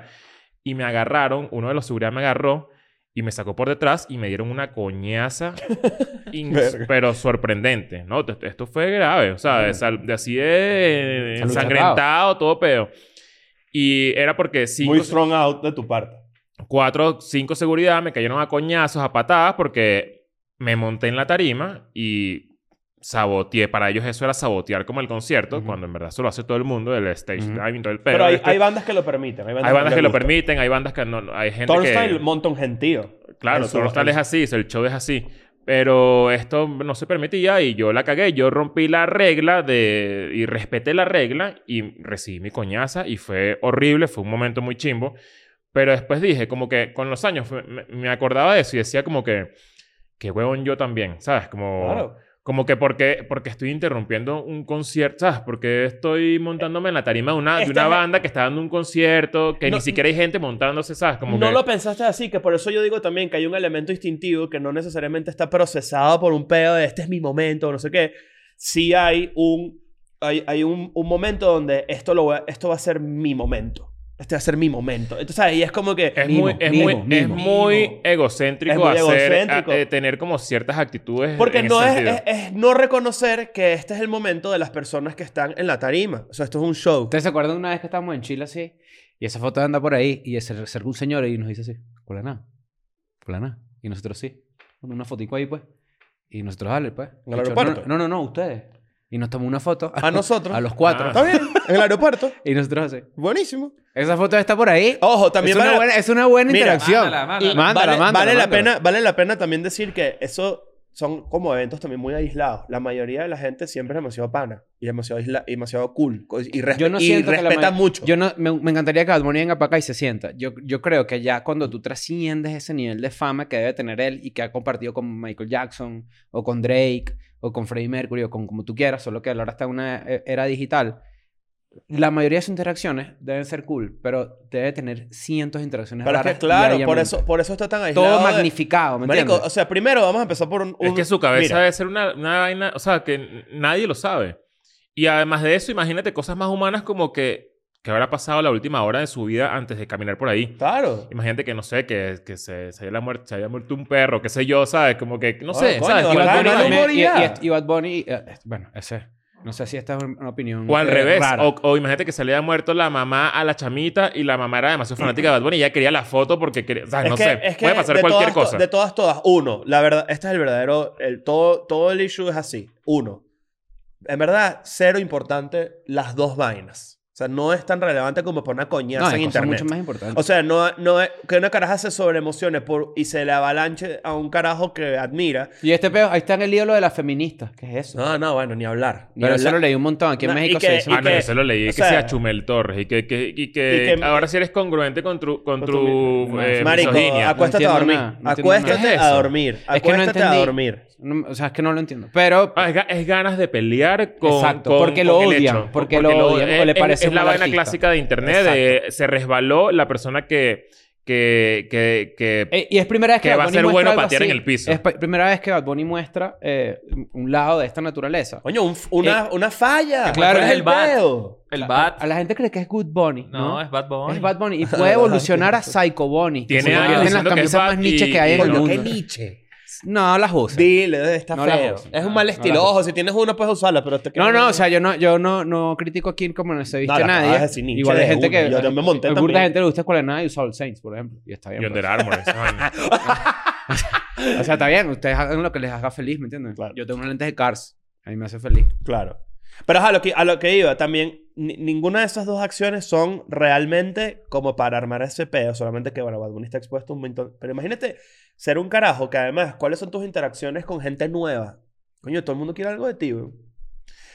Y me agarraron, uno de los seguridad me agarró y me sacó por detrás y me dieron una coñaza, ins- Verga. pero sorprendente, ¿no? Esto- Esto fue grave, o sea, de, sal- de así de Salud, ensangrentado, todo pedo. Y era porque cinco, Muy strong out de tu parte. cuatro, cinco seguridad me cayeron a coñazos, a patadas, porque me monté en la tarima y saboteé. Para ellos eso era sabotear como el concierto, Ujú. cuando en verdad eso lo hace todo el mundo, el stage Ujú. diving, todo el pedo. Pero hay, este. hay bandas que lo permiten. Hay bandas, Hay bandas no que les lo gusta. permiten, hay bandas que no, hay gente Thornstyle que... monta un gentío. Claro, en su- todo tal en- es así, el show es así. Pero esto no se permitía y yo la cagué. Yo rompí la regla de, y respeté la regla y recibí mi coñaza y fue horrible, fue un momento muy chimbo. Pero después dije, como que con los años fue- me, me acordaba de eso y decía como que, qué huevón yo también, ¿sabes? Como, Claro. como que porque, porque estoy interrumpiendo un concierto, ¿sabes? Porque estoy montándome en la tarima de una, de Este una es- banda que está dando un concierto, que No- ni siquiera hay gente montándose, ¿sabes? Como no que... lo pensaste así, que por eso yo digo también que hay un elemento instintivo que no necesariamente está procesado por un pedo de este es mi momento, no sé qué. Sí hay un, hay, hay un, un momento donde esto, lo voy a- esto va a ser mi momento. Este va a ser mi momento. Entonces ahí es como que... Es Mimo, muy, es, mimo, muy, es mimo. muy Mimo. egocéntrico Es muy hacer, egocéntrico. a- eh, tener como ciertas actitudes. Porque en no ese es, sentido. es, es no reconocer que este es el momento de las personas que están en la tarima. O sea, esto es un show. ¿Ustedes se acuerdan una vez que estábamos en Chile así? Y esa foto anda por ahí y se acerca un señor y nos dice así, fulana, fulana. Y nosotros sí. Una fotico ahí pues. Y nosotros, dale, pues. ¿En el Bicho, aeropuerto? No, no, no, no, ustedes. Y nos tomó una foto. A nosotros. *laughs* A los cuatro. Ah. Está bien, en *laughs* el aeropuerto. Y nosotros así. Buenísimo. Esa foto está por ahí. Ojo, Oh, también es, una vale- buena, es una buena Mira, interacción. mándala, mándala. Y- Mándala, vale, mándala, vale la mándala. pena, vale la pena también decir que eso son como eventos también muy aislados. La mayoría de la gente siempre es demasiado pana y demasiado, isla- y demasiado cool. co- Y, respe- Yo no y siento que la respeta ma- mucho. Yo no, me, me encantaría que Bad Bunny venga para acá y se sienta. Yo, yo creo que ya cuando tú trasciendes ese nivel de fama que debe tener él y que ha compartido con Michael Jackson o con Drake o con Freddie Mercury o con como tú quieras, solo que ahora está en una eh, era digital, la mayoría de sus interacciones deben ser cool, pero debe tener cientos de interacciones. Pero es raras que claro, por diariamente. eso, por eso está tan aislado. Todo de- magnificado, ¿me Marico, entiendes? o sea, primero vamos a empezar por un... Es un- que su cabeza mira, debe ser una, una vaina, o sea, que n- nadie lo sabe. Y además de eso, imagínate cosas más humanas como que, que habrá pasado la última hora de su vida antes de caminar por ahí. Claro. Imagínate que, no sé, que, que se, se, haya la muerte, se haya muerto un perro, qué sé yo, ¿sabes? Como que, no Oh, sé, coño, ¿sabes? y, Bad claro, Bunny no también- lo moría. y- y este- y Bad Bunny, eh, eh, bueno, ese, no sé si esta es una opinión. O al eh, revés, rara. o, o imagínate que se le haya muerto la mamá a la chamita y la mamá era demasiado fanática de Bad Bunny y ella quería la foto porque quería, o sea, Es no que- sé, es que puede pasar de cualquier todas, to- cosa. De todas, todas. Uno, la verdad, este es el verdadero... El, todo, todo el issue es así. Uno, en verdad, cero importante las dos vainas. O sea, no es tan relevante como poner una coñaza No, hay en cosas internet. mucho más importantes. O sea, no, no es- que una caraja se sobreemocione por, y se le avalanche a un carajo que admira. Y este peo, ahí está en el libro de las feministas. ¿Qué es eso? No, no, bueno, ni hablar. Ni Pero eso hablar. lo leí un montón. Aquí en No, y México que- se dice y Ah, mucho. no, que- yo se lo leí. o Que sea- sea Chumel Torres. Y que, que- y que Y que- ahora sí eres congruente con tu, con Con tu, tu- eh, Marico, misoginia. acuéstate No a entiendo dormir. nada, no entiendo acuéstate nada. a dormir. Es que no Acuéstate a entendí. dormir. No, o sea, es que no lo entiendo. Pero Ah, es, ga- es ganas de pelear con. Exacto, con- porque con lo el odian, hecho. porque lo odian, o le es- parece Es, la mal vaina artista. clásica de internet: de se resbaló la persona que. que, que, que- Eh, y es primera vez Que que, Bad va a Bunny ser muestra bueno algo patear en así. el piso. Es pa- primera vez que Bad Bunny muestra eh, un lado de esta naturaleza. Coño, un- una, una falla. Eh, claro, ¿Cuál es el el bat. peo? El A, Bat. a la gente cree que es Good Bunny. No, No, es Bad Bunny. Es Bad Bunny. Y puede evolucionar a Psycho Bunny. que Tiene se años convierte en las diciendo que es camisas Bad más niche y- que hay en y el no. mundo. Nietzsche? No, las usa. Dile, está No la feo. uso. Es un No, mal no estilo. la uso. Ojo, si tienes una, puedes usarla, pero te No, no, o sea, yo no, yo no, no critico aquí como no se viste No, la nadie. acabas de decir Nietzsche Igual hay de gente una. que. Yo también monté a burda también. gente le gusta Escuela de Nada y usa All Saints, por ejemplo. Y está bien. y pues. Under Armour. esa vaina. O sea, está bien, ustedes hagan lo que les haga feliz, ¿me entienden? Claro. Yo tengo unas lentes de Cars, a mí me hace feliz. Claro. Pero ajá, a lo que, a lo que iba, también ni- ninguna de esas dos acciones son realmente como para armar ese pedo, solamente que, bueno, Bad Bunny está expuesto a un montón. Pero imagínate ser un carajo que además, ¿cuáles son tus interacciones con gente nueva? Coño, todo el mundo quiere algo de ti, weón.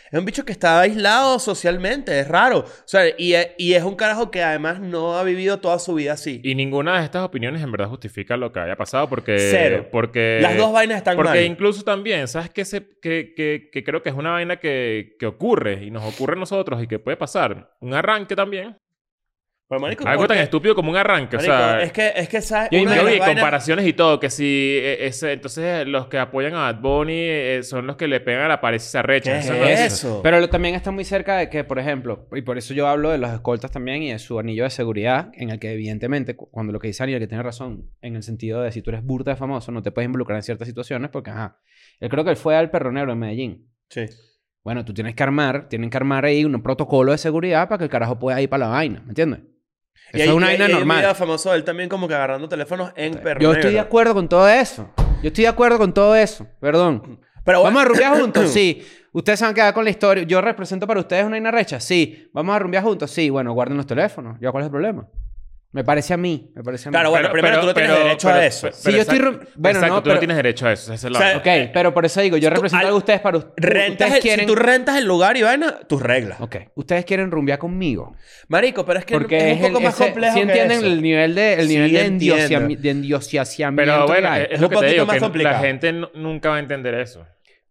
Es un bicho que está aislado socialmente, es raro. O sea, y, e- y es un carajo que además no ha vivido toda su vida así. y ninguna de estas opiniones en verdad justifica lo que haya pasado porque. Cero. Porque. Las dos vainas están Porque mal. incluso también, ¿sabes qué? Se, que, que, que creo que es una vaina que, que ocurre y nos ocurre a nosotros y que puede pasar. Un arranque también. Pero, marico, Algo ¿por tan qué? estúpido como un arranque. Marico, o sea, es que, es que ¿sabes? Yo Una de yo las vi vainas- comparaciones y todo, que si eh, ese- entonces los que apoyan a Bad Bunny eh, son los que le pegan a la pared y se arrechan. ¿Qué es no es- eso? Pero lo- también está muy cerca de que, por ejemplo, y por eso yo hablo de los escoltas también y de su anillo de seguridad, en el que evidentemente, cu- cuando lo que dice Aniel, que tiene razón, en el sentido de si tú eres burda de famoso, no te puedes involucrar en ciertas situaciones porque, ajá, él creo que él fue al perronero en Medellín. Sí. Bueno, tú tienes que armar, tienen que armar ahí un protocolo de seguridad para que el carajo pueda ir para la vaina, ¿me entiendes? Y Eso hay- es una y hay- vaina y hay un normal. video famoso de él también como que agarrando teléfonos en perro Yo estoy de negro. acuerdo con todo eso. Yo estoy de acuerdo con todo eso. Perdón. Pero bueno, Vamos a *coughs* rumbear juntos, sí. Ustedes se van a quedar con la historia. Yo represento para ustedes una inarecha, sí. Vamos a rumbear juntos, sí. Bueno, guarden los teléfonos. ¿Ya cuál es el problema? Me parece a mí. Me parece a mí. Claro, bueno, primero tú no tienes derecho a eso. Si yo estoy exacto- rum- bueno, exacto, no, tú no pero- tienes derecho a eso. esa es la O sea, vaina. Ok, pero por eso digo, yo tú- represento al- algo a ustedes para ustedes. rentas ustedes el- quieren... si tú rentas el lugar y vaina, tus reglas. Ok. Ustedes quieren rumbear conmigo. Marico, pero es que Porque es un poco el- más ese- complejo ¿sí que entienden eso. el nivel de, el Sí, nivel de, entiendo. eh, endiosiami- de endiosiasiamiento Pero que bueno, hay? es, es Es lo un que te poquito digo, más que la complicado. gente nu- nunca va a entender eso.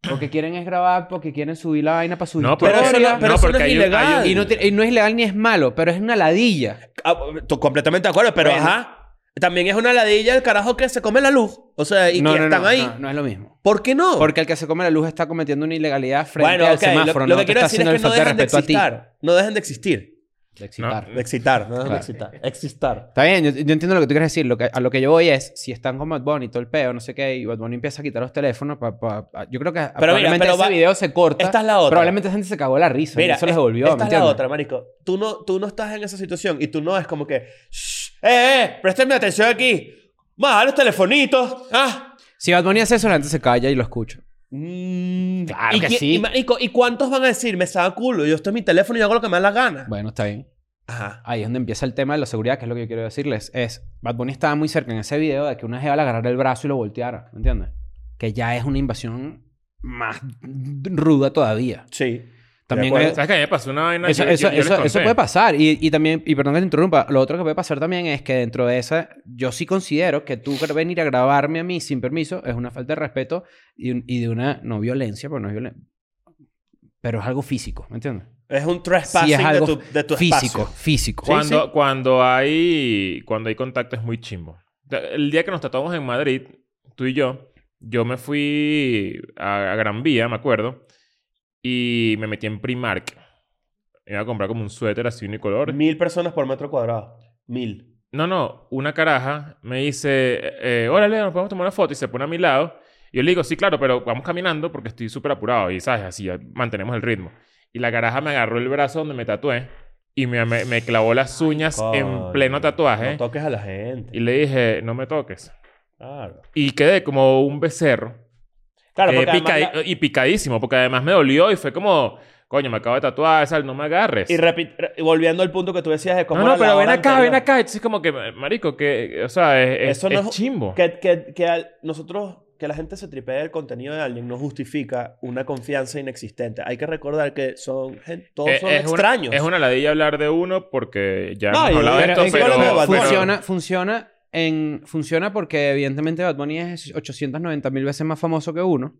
Porque quieren es grabar, porque quieren subir la vaina para su No, historia. porque- Pero eso no, pero No, eso no porque es hay un- ilegal. hay Y no, ti- y no es legal ni es malo, pero es una ladilla. Ah, tú- completamente de acuerdo, pero Bueno. ajá. También es una ladilla el carajo que se come la luz. O sea, y que están no, ahí. No, no es lo mismo. ¿Por qué no? Porque el que se come la luz está cometiendo una ilegalidad frente bueno, al ok, lo- semáforo. lo, no que te quiero está decir haciendo es que el no falta de dejan de respeto a ti. existar. No dejen de existir. De excitar. De excitar, no dejan de Claro. excitar. Excitar. Está bien, yo, yo entiendo lo que tú quieres decir. Lo que, a lo que yo voy es, si están con Bad Bunny, todo el peo, no sé qué, y Bad Bunny empieza a quitar los teléfonos, pa- pa- pa- yo creo que probablemente pero ese va- video se corta. esta es la otra. Probablemente esa gente se cagó la risa. y eso les es- volvió, Esta ¿me es la entiendes? otra, marico. Tú no, tú no estás en esa situación y tú no es como que... "Shh, ¡Eh, eh! ¡Préstenme atención aquí! ¡Más a los telefonitos! ¡Ah! Si Bad Bunny hace eso, la gente se calla y lo escucha. Mm, Claro ¿y que quién- sí. Y, marico, ¿y cuántos van a decir? Me saca culo. Yo estoy en mi teléfono y hago lo que me da la gana. Bueno, está bien. Ajá. Ahí es donde empieza el tema de la seguridad, que es lo que yo quiero decirles. Es, Bad Bunny estaba muy cerca en ese video de que una jeva le agarrara el brazo y lo volteara, ¿me entiendes? Que ya es una invasión más ruda todavía. Sí. También acuerdo. hay- ¿Sabes que a mí me pasó una vaina? eso, Yo- yo- eso- yo les eso- eso conté. puede pasar. Y, y también, y perdón que te interrumpa, lo otro que puede pasar también es que dentro de esa, yo sí considero que tú venir a grabarme a mí sin permiso es una falta de respeto y, un- y de una no violencia, pero no es violencia. Pero es algo físico, ¿me entiendes? Es un trespassing Sí, es algo de tu, de tu físico, espacio. físico. Cuando, cuando, hay, cuando hay contacto es muy chimbo. El día que nos tatuamos en Madrid, tú y yo, yo me fui a, a Gran Vía, me acuerdo, y me metí en Primark. Iba a comprar como un suéter así unicolor. Mil personas por metro cuadrado. Mil. No, no, una caraja me dice, eh, órale, nos podemos tomar una foto y se pone a mi lado. Y yo le digo, sí, claro, pero vamos caminando porque estoy súper apurado y, ¿sabes? Así ya mantenemos el ritmo. Y la caraja me agarró el brazo donde me tatué y me, me- me clavó las uñas en Coño, pleno tatuaje. No toques a la gente. y le dije, no me toques. Claro. Y quedé como un becerro. Claro, eh, porque además picadi- la- Y picadísimo, porque además me dolió y fue como, coño, me acabo de tatuar, ¿sabes? No me agarres. Y repi- re- volviendo al punto que tú decías de cómo Pues. no, no, era la pero ven hora acá, anterior. ven acá. Entonces es como que, marico, que, o sea, es, es- Eso no es es- chimbo. Que, que, que al- nosotros, que la gente se tripee el contenido de alguien no justifica una confianza inexistente. Hay que recordar que son gente, todos Eh, son es una- extraños. es una ladilla hablar de uno porque ya No, hemos y- hablado de pero esto, es que pero, lo de Bad Bunny- funciona. funciona, funciona, en, funciona porque evidentemente Bad Bunny es 890 mil veces más famoso que uno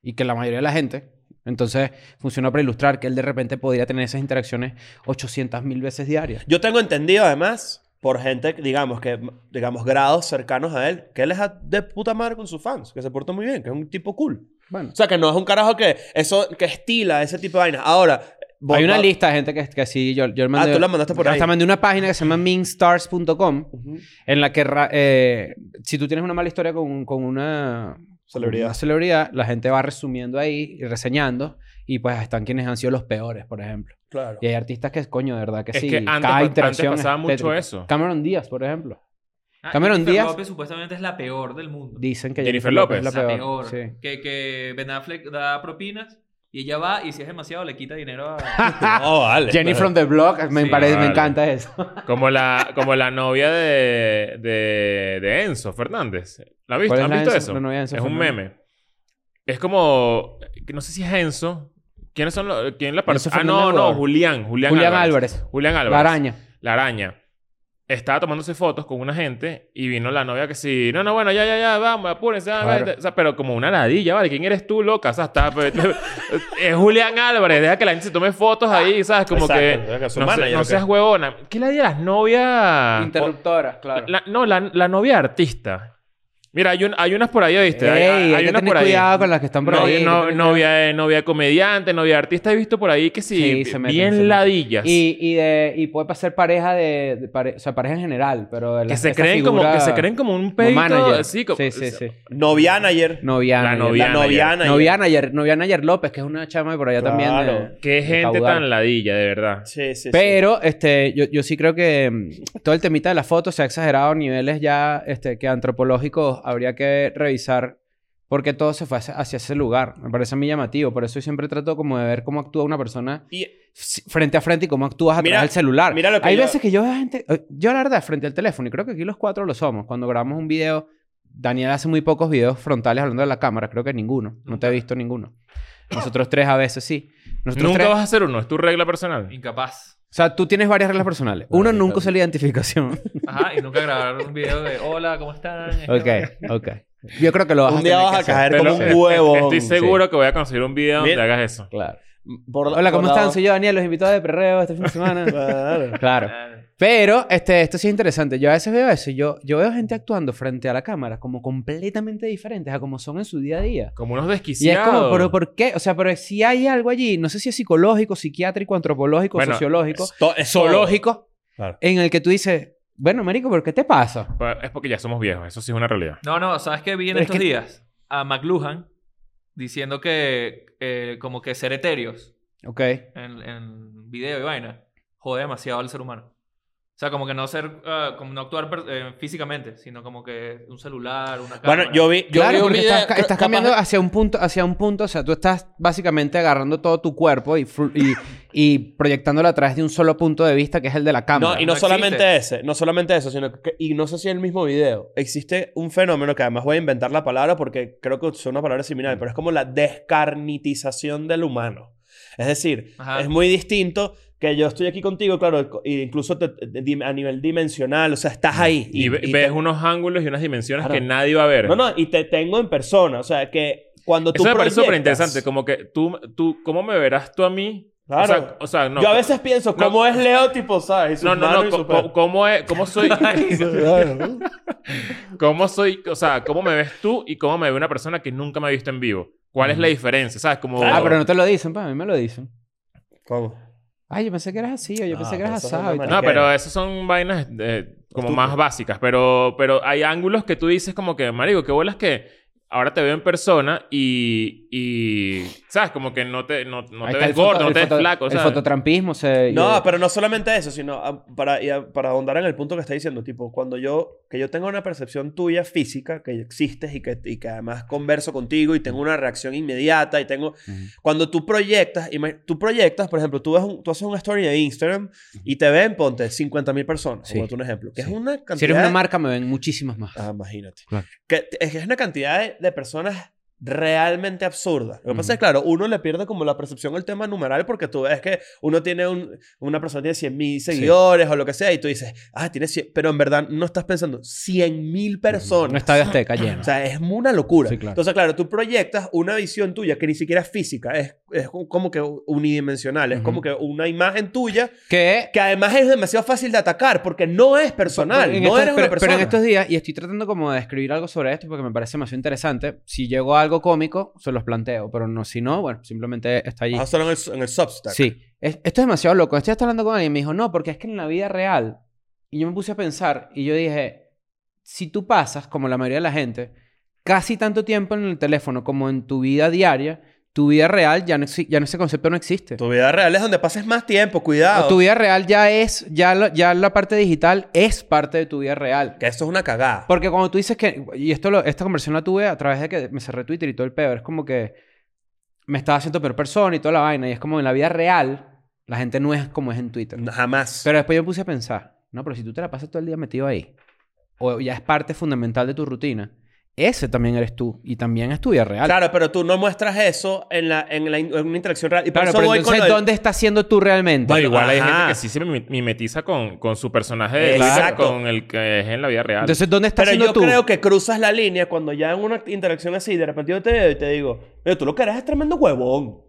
y que la mayoría de la gente. Entonces funciona para ilustrar que él de repente podría tener esas interacciones 800 mil veces diarias. Yo tengo entendido además por gente, digamos, que digamos grados cercanos a él, que él es a- de puta madre con sus fans, que se porta muy bien, que es un tipo cool. Bueno, O sea, que no es un carajo que eso que estila ese tipo de vainas. Ahora, vos- hay una va- Ah, lista de gente que, que sí, yo, yo le mandé. tú la mandaste por yo ahí. hasta mandé una página que se llama meanstars.com Ujú. en la que ra- eh, si tú tienes una mala historia con, con una Celebridad. una celebridad, la gente va resumiendo ahí y reseñando y pues están quienes han sido los peores, por ejemplo. *laughs* Claro. Y hay artistas que, coño, de verdad que Es sí. que antes, cada pa- interacción antes pasaba es mucho tétrica. eso. Cameron Díaz, por ejemplo. Ah, Cameron Jennifer Díaz- López supuestamente es la peor del mundo. Dicen que Jennifer Jennifer López es la López. peor. Sí. Que, que Ben Affleck da propinas y ella va y si es demasiado le quita dinero a... *laughs* No, vale. Jenny pero- from the Block, me, Sí, parece, vale. me encanta eso. Como la, como la novia de, de, de Enzo Fernández. ¿La viste? ¿Cuál es ¿Han la visto Enzo- eso? la novia de Enzo es un Fernández? meme. Es como, que no sé si es Enzo. ¿Quiénes son los, quién la Enzo persona? Ah, Fernández no, no, Guevara. Julián. Julián, Julián Álvarez. Álvarez. Julián Álvarez. La araña. la araña estaba tomándose fotos con una gente y vino la novia que sí, no, no, bueno, ya, ya, ya, vamos, apúrense, ya, Claro. vete". O sea, pero como una ladilla, ¿vale? ¿Quién eres tú, loca? O sea, está, pues, *laughs* es Julián Álvarez, deja que la gente se tome fotos ahí, ¿sabes? Como Exacto, que, deja que su no, se- manager, no ¿o qué? seas huevona. ¿Qué ladilla las novias? Interruptora, claro. Ah. La- no, la, la novia artista. Mira, hay, un- hay unas por ahí, ¿oíste? hay, Ey, hay hay que unas tener por ahí. cuidado con las que están por No- ahí, hay que no- tener novia, eh, novia comediante, novia artista. He visto por ahí que sí, Sí, se meten, bien se meten. ladillas. Y, y, de, y puede pasar pareja de, de pare- o sea, pareja en general, pero de la, que se esa creen como figura que se creen como un pedito manager. así como- sí, sí, sí. Noviana ayer. Noviana. La La noviana. noviana. ayer. Noviana ayer, noviana ayer López, que es una chama de por allá Claro. también. de- qué de gente caudal. tan ladilla de verdad Sí, sí, sí. Pero este, yo, yo sí creo que mm, todo el temita de las fotos se ha exagerado a niveles ya este, que antropológicos habría que revisar porque todo se fue hacia, hacia ese lugar. Me parece a mí llamativo. Por eso yo siempre trato como de ver cómo actúa una persona Y- f- frente a frente y cómo actúas a Mira- través del celular. mira lo que Hay yo- veces que yo veo gente... eh, Yo la verdad, frente al teléfono, y creo que aquí los cuatro lo somos. Cuando grabamos un video, Daniel hace muy pocos videos frontales hablando de la cámara. Creo que ninguno. No te he visto ninguno. Nosotros tres a veces sí. Nosotros nunca tres... vas a hacer uno es tu regla personal Incapaz. O sea, tú tienes varias reglas personales. Bueno, Uno ahorita- nunca usa *laughs* la identificación. Ajá, y nunca grabaron un video de hola, ¿cómo están? ok, ok. Yo creo que lo vas a un día tener vas que a hacer. caer Pero como es- un huevo. estoy seguro que voy a conseguir un video donde Mira. hagas eso Claro. Hola, ¿cómo están? Soy yo, Daniel, los invitados de Perreo este fin *laughs* de semana. claro. Pero este, esto sí es interesante. Yo a veces veo eso. Yo, yo veo gente actuando frente a la cámara como completamente diferentes a como son en su día a día. como unos Y es desquiciados como, ¿pero por qué? O sea, pero si hay algo allí, no sé si es psicológico, psiquiátrico, antropológico, Bueno, sociológico, es zoológico, Claro. en el que tú dices, bueno, marico, ¿pero qué te pasa? Pa- es porque ya somos viejos eso sí es una realidad No, no, ¿sabes qué vi en Pero es estos que- días? A McLuhan diciendo que eh, como que ser etéreos Ok. en, en video y vaina jode demasiado al ser humano. O sea, como que no ser, ah, como no actuar per- eh, físicamente, sino como que un celular, una cámara. Bueno, yo vi. Yo claro, vi un porque video- estás, ca- estás capaz- cambiando hacia un punto, hacia un punto, o sea, tú estás básicamente agarrando todo tu cuerpo y, fru- y, y proyectándolo a través de un solo punto de vista que es el de la cámara. No, y no, No solamente existe. ese, no solamente eso, sino que, y no sé si en el mismo video, existe un fenómeno que además voy a inventar la palabra porque creo que son una palabra Mm. similar, pero es como la descarnitización del humano. Es decir, Ajá. es muy distinto que yo estoy aquí contigo, claro, e incluso te- te- dim- a nivel dimensional, o sea, estás ahí. Mm. Y, ve- y ves te- unos ángulos y unas dimensiones Claro. que nadie va a ver. No, no, y te tengo en persona, o sea, que cuando tú Eso me parece súper proyectas- interesante. Como que tú, tú, ¿cómo me verás tú a mí? Claro. O sea, o sea, no. yo a veces pienso, no. ¿cómo es Leo tipo, sabes? Y sus No, no, manos no. y co- sus co- *laughs* pies. ¿Cómo, es, ¿Cómo *laughs* soy? ¿Cómo soy? O sea, ¿cómo me ves tú y cómo me ve una persona que nunca me ha visto en vivo? ¿Cuál es la diferencia? ¿Sabes? Como... Ah, pero no te lo dicen, pa, a mí me lo dicen. ¿Cómo? Ay, yo pensé que eras así, o yo Ah, pensé que pero eras eso es asado. una y tal. No, Tranquilo. pero esas son vainas eh, como Estúpido. más básicas. Pero, pero hay ángulos que tú dices como que, marico, qué bolas que ahora te veo en persona y... y ¿Sabes? Como que no te, no, no Ahí te está el ves foto- gordo, no el te ves foto- flaco. El ¿sabes? fototrampismo se... No, yo- pero no solamente eso, sino ah, para, y a- para ahondar en el punto que está diciendo, tipo, cuando yo, que yo tengo una percepción tuya física, que existes y que, y que además converso contigo y tengo una reacción inmediata y tengo, cuando tú proyectas, ima- tú proyectas, por ejemplo, tú, ves un- tú haces una story de Instagram y te ven, ponte, 50 mil personas, Sí. como tú un ejemplo, que Sí. es una cantidad... Si eres una de- marca, me ven muchísimas más. Ah, imagínate. Claro. Que t- es que es una cantidad de, de personas realmente absurda. Lo que pasa Ujú. es, claro, uno le pierde como la percepción al tema numeral porque tú ves que uno tiene un, una persona tiene 100 mil seguidores o lo que sea y tú dices, ah, tiene 100, pero en verdad no estás pensando 100 mil personas. Un estadio azteca lleno. O sea, es una locura. Sí, claro. Entonces, claro, tú proyectas una visión tuya que ni siquiera es física, es, es como que unidimensional, es Ujú. como que una imagen tuya que... que además es demasiado fácil de atacar porque no es personal, En no estos- eres pero, una persona. pero en estos días, y estoy tratando como de escribir algo sobre esto porque me parece demasiado interesante. Si llego a algo cómico, se los planteo. Pero no, si no, bueno, simplemente está allí. Ah, solo en el, en el Substack. Sí. Es- esto es demasiado loco. Estoy hasta hablando con alguien y me dijo, no, porque es que en la vida real. Y yo me puse a pensar y yo dije, si tú pasas, como la mayoría de la gente, casi tanto tiempo en el teléfono como en tu vida diaria, tu vida real ya no, exi- ya no ese concepto no existe. Tu vida real es donde pases más tiempo, cuidado. O tu vida real ya es, ya, la- ya la parte digital es parte de tu vida real. Que esto es una cagada. Porque cuando tú dices que, y esto lo- esta conversión la tuve a través de que me cerré Twitter y todo el peor, es como que me estaba haciendo peor persona y toda la vaina, y es como en la vida real, la gente no es como es en Twitter. Jamás. Pero después yo me puse a pensar, no, pero si tú te la pasas todo el día metido ahí, o ya es parte fundamental de tu rutina, ese también eres tú, y también es tu vida real. Claro, pero tú no muestras eso en, la, en, la, in- en una interacción real. Y por Claro, eso pero voy entonces, con lo de- ¿dónde estás siendo tú realmente? Bueno, igual hay gente Ajá. que sí se mi- mimetiza con, con su personaje de Twitter, Exacto. con el que es en la vida real. Entonces, ¿dónde estás Pero siendo yo tú? creo que cruzas la línea cuando ya en una interacción así, de repente yo te veo y te digo, "Oye, tú lo que eres es tremendo huevón.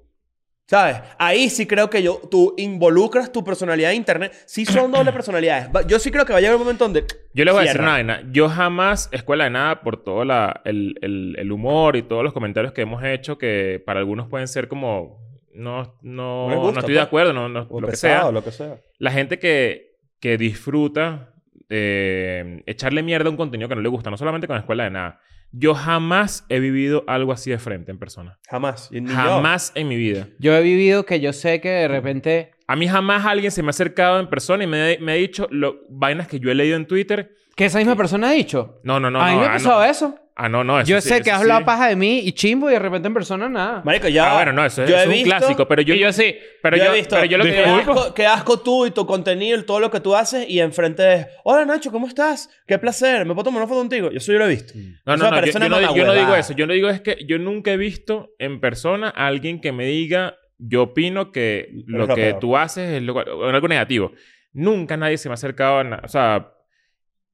¿Sabes? Ahí sí creo que yo, tú involucras tu personalidad de internet. Sí son *clears throat* doble personalidades. Va- Yo sí creo que va a llegar un momento donde... Yo les voy a decir Cierra. una vaina. Yo jamás, escuela de nada, por todo la, el, el- el humor y todos los comentarios que hemos hecho, que para algunos pueden ser como. No, no, No les gusta, no estoy pues. de acuerdo, no, no- O lo que pesado, sea. lo que sea. La gente que, que disfruta eh, echarle mierda a un contenido que no le gusta, no solamente con escuela de nada. Yo jamás he vivido algo así de frente en persona. Jamás. Y ni yo. Jamás en mi vida. Yo he vivido que yo sé que de repente... A mí jamás alguien se me ha acercado en persona y me, me ha dicho lo, vainas que yo he leído en Twitter. Que esa misma persona ha dicho. No, no, no. a mí no, me ha ah, pasado no. eso. Ah, no, no. eso Yo sí, sé que eso has hablado sí. paja de mí y chimbo y de repente en persona nada. Marico, ya... Ah, bueno, no, eso es, yo he eso es un visto- clásico. Pero yo, Y yo sí, Pero yo, yo, he visto. pero yo lo que qué digo- asco, qué asco tú y tu contenido y todo lo que tú haces y enfrente es, hola Nacho, ¿cómo estás? Qué placer, me puedo tomar una foto contigo. Yo eso yo lo he visto. Mm. No, Eso no, me no, yo, parece yo una no, di- yo no mamahuevada. digo eso. Yo no digo es que yo nunca he visto en persona a alguien que me diga, yo opino que lo lo que peor. tú haces es lo cual- o algo negativo. Nunca nadie se me ha acercado a nada. O sea,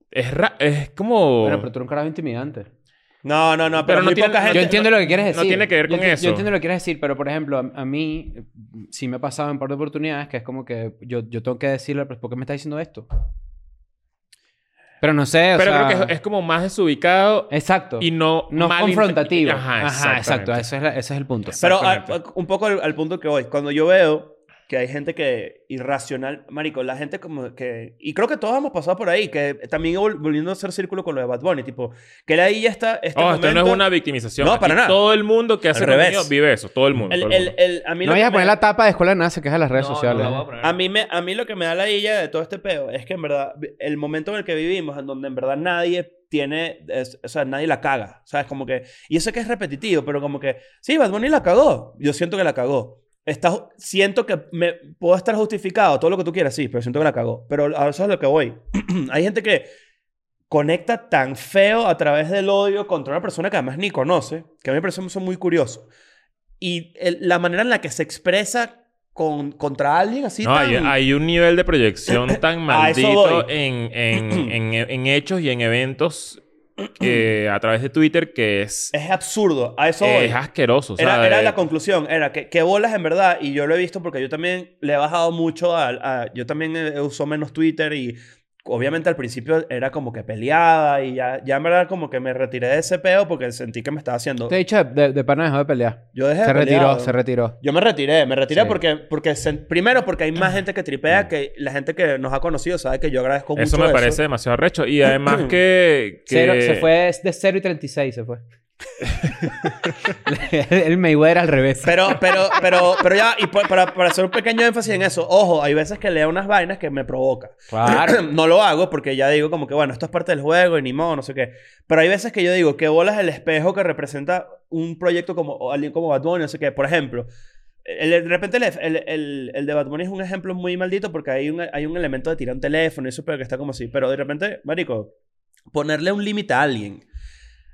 es, ra- es como... Bueno, pero tú eres un carajo intimidante. No, no, no, pero, Pero no muy tiene- poca no- gente. Yo entiendo lo que quieres no decir. tiene que ver Yo con enti- eso. Yo entiendo lo que quieres decir, pero por ejemplo, a, a mí eh, sí me ha pasado en par de oportunidades que es como que yo, yo tengo que decirle, pero ¿por qué me está diciendo esto? Pero no sé, o pero sea... creo que es, es como más desubicado Exacto. y no... no es mal inter- confrontativo. Ajá, Ajá, exacto. exactamente. Ese es, la- ese es el punto. Pero ah, Exactamente. a- a- un poco al, al punto que voy. Cuando yo veo que hay gente que irracional, marico, la gente como que y creo que todos hemos pasado por ahí, que también vol- volviendo a hacer círculo con lo de Bad Bunny, tipo, que la ya está este Oh, esto no momento- es una victimización. No, Aquí para nada. Todo el mundo que hace Al revés. contenido vive eso. Todo el mundo. el, todo el el, mundo. el- a mí No lo vayas que a poner me- la tapa de Escuela de Nada, se queja de las redes sociales. No, la voy a poner. A mí, me, a mí lo que me da la idea de todo este peo es que en verdad, vi- el momento en el que vivimos, en donde en verdad nadie tiene, es- o sea, nadie la caga, ¿sabes? Como que, y eso que es repetitivo, pero como que, sí, Bad Bunny la cagó, yo siento que la cagó. Está ju- siento que me, puedo estar justificado, todo lo que tú quieras, sí, pero siento que la cagó. Pero a eso es lo que voy. Hay gente que conecta tan feo a través del odio contra una persona que además ni conoce, que a mí me parece eso muy curioso. Y el- la manera en la que se expresa con, contra alguien así No, tan... hay, hay un nivel de *coughs* proyección tan A eso maldito voy. en, en- *coughs* en- en hechos y en eventos eh, a través de Twitter que es, Es absurdo. A eso voy. es asqueroso. o sea, eh, Era, era de- la conclusión, era que, que bolas en verdad, y yo lo he visto porque yo también le he bajado mucho al- a, yo también eh, uso menos Twitter y obviamente al principio era como que peleaba y ya, ya en verdad como que me retiré de ese peo porque sentí que me estaba haciendo... Te he Este dicho, de, de pana dejó de pelear. Yo dejé de Se retiró, pelear, se retiró. Yo me retiré, me retiré Sí. porque, porque se- primero porque hay más gente que tripea que la gente que nos ha conocido sabe que yo agradezco mucho eso me parece demasiado arrecho. Y *coughs* además que... que- Cero- se fue de 0 y 36, se fue. *laughs* el Mayweather al revés. Pero, pero, pero, pero ya, y pa- para, para hacer un pequeño énfasis en eso, ojo, hay veces que leo unas vainas que me provoca. *clears throat* Claro. no lo hago porque ya digo como que, bueno, esto es parte del juego y ni modo, no sé qué. Pero hay veces que yo digo, que bolas el espejo que representa un proyecto como o alguien como Bad Bunny, no sé qué. Por ejemplo, el- de repente el, el, el- el de Bad Bunny es un ejemplo muy maldito porque hay un, hay un elemento de tirar un teléfono y eso, pero que está como así. Pero de repente, marico, ponerle un límite a alguien.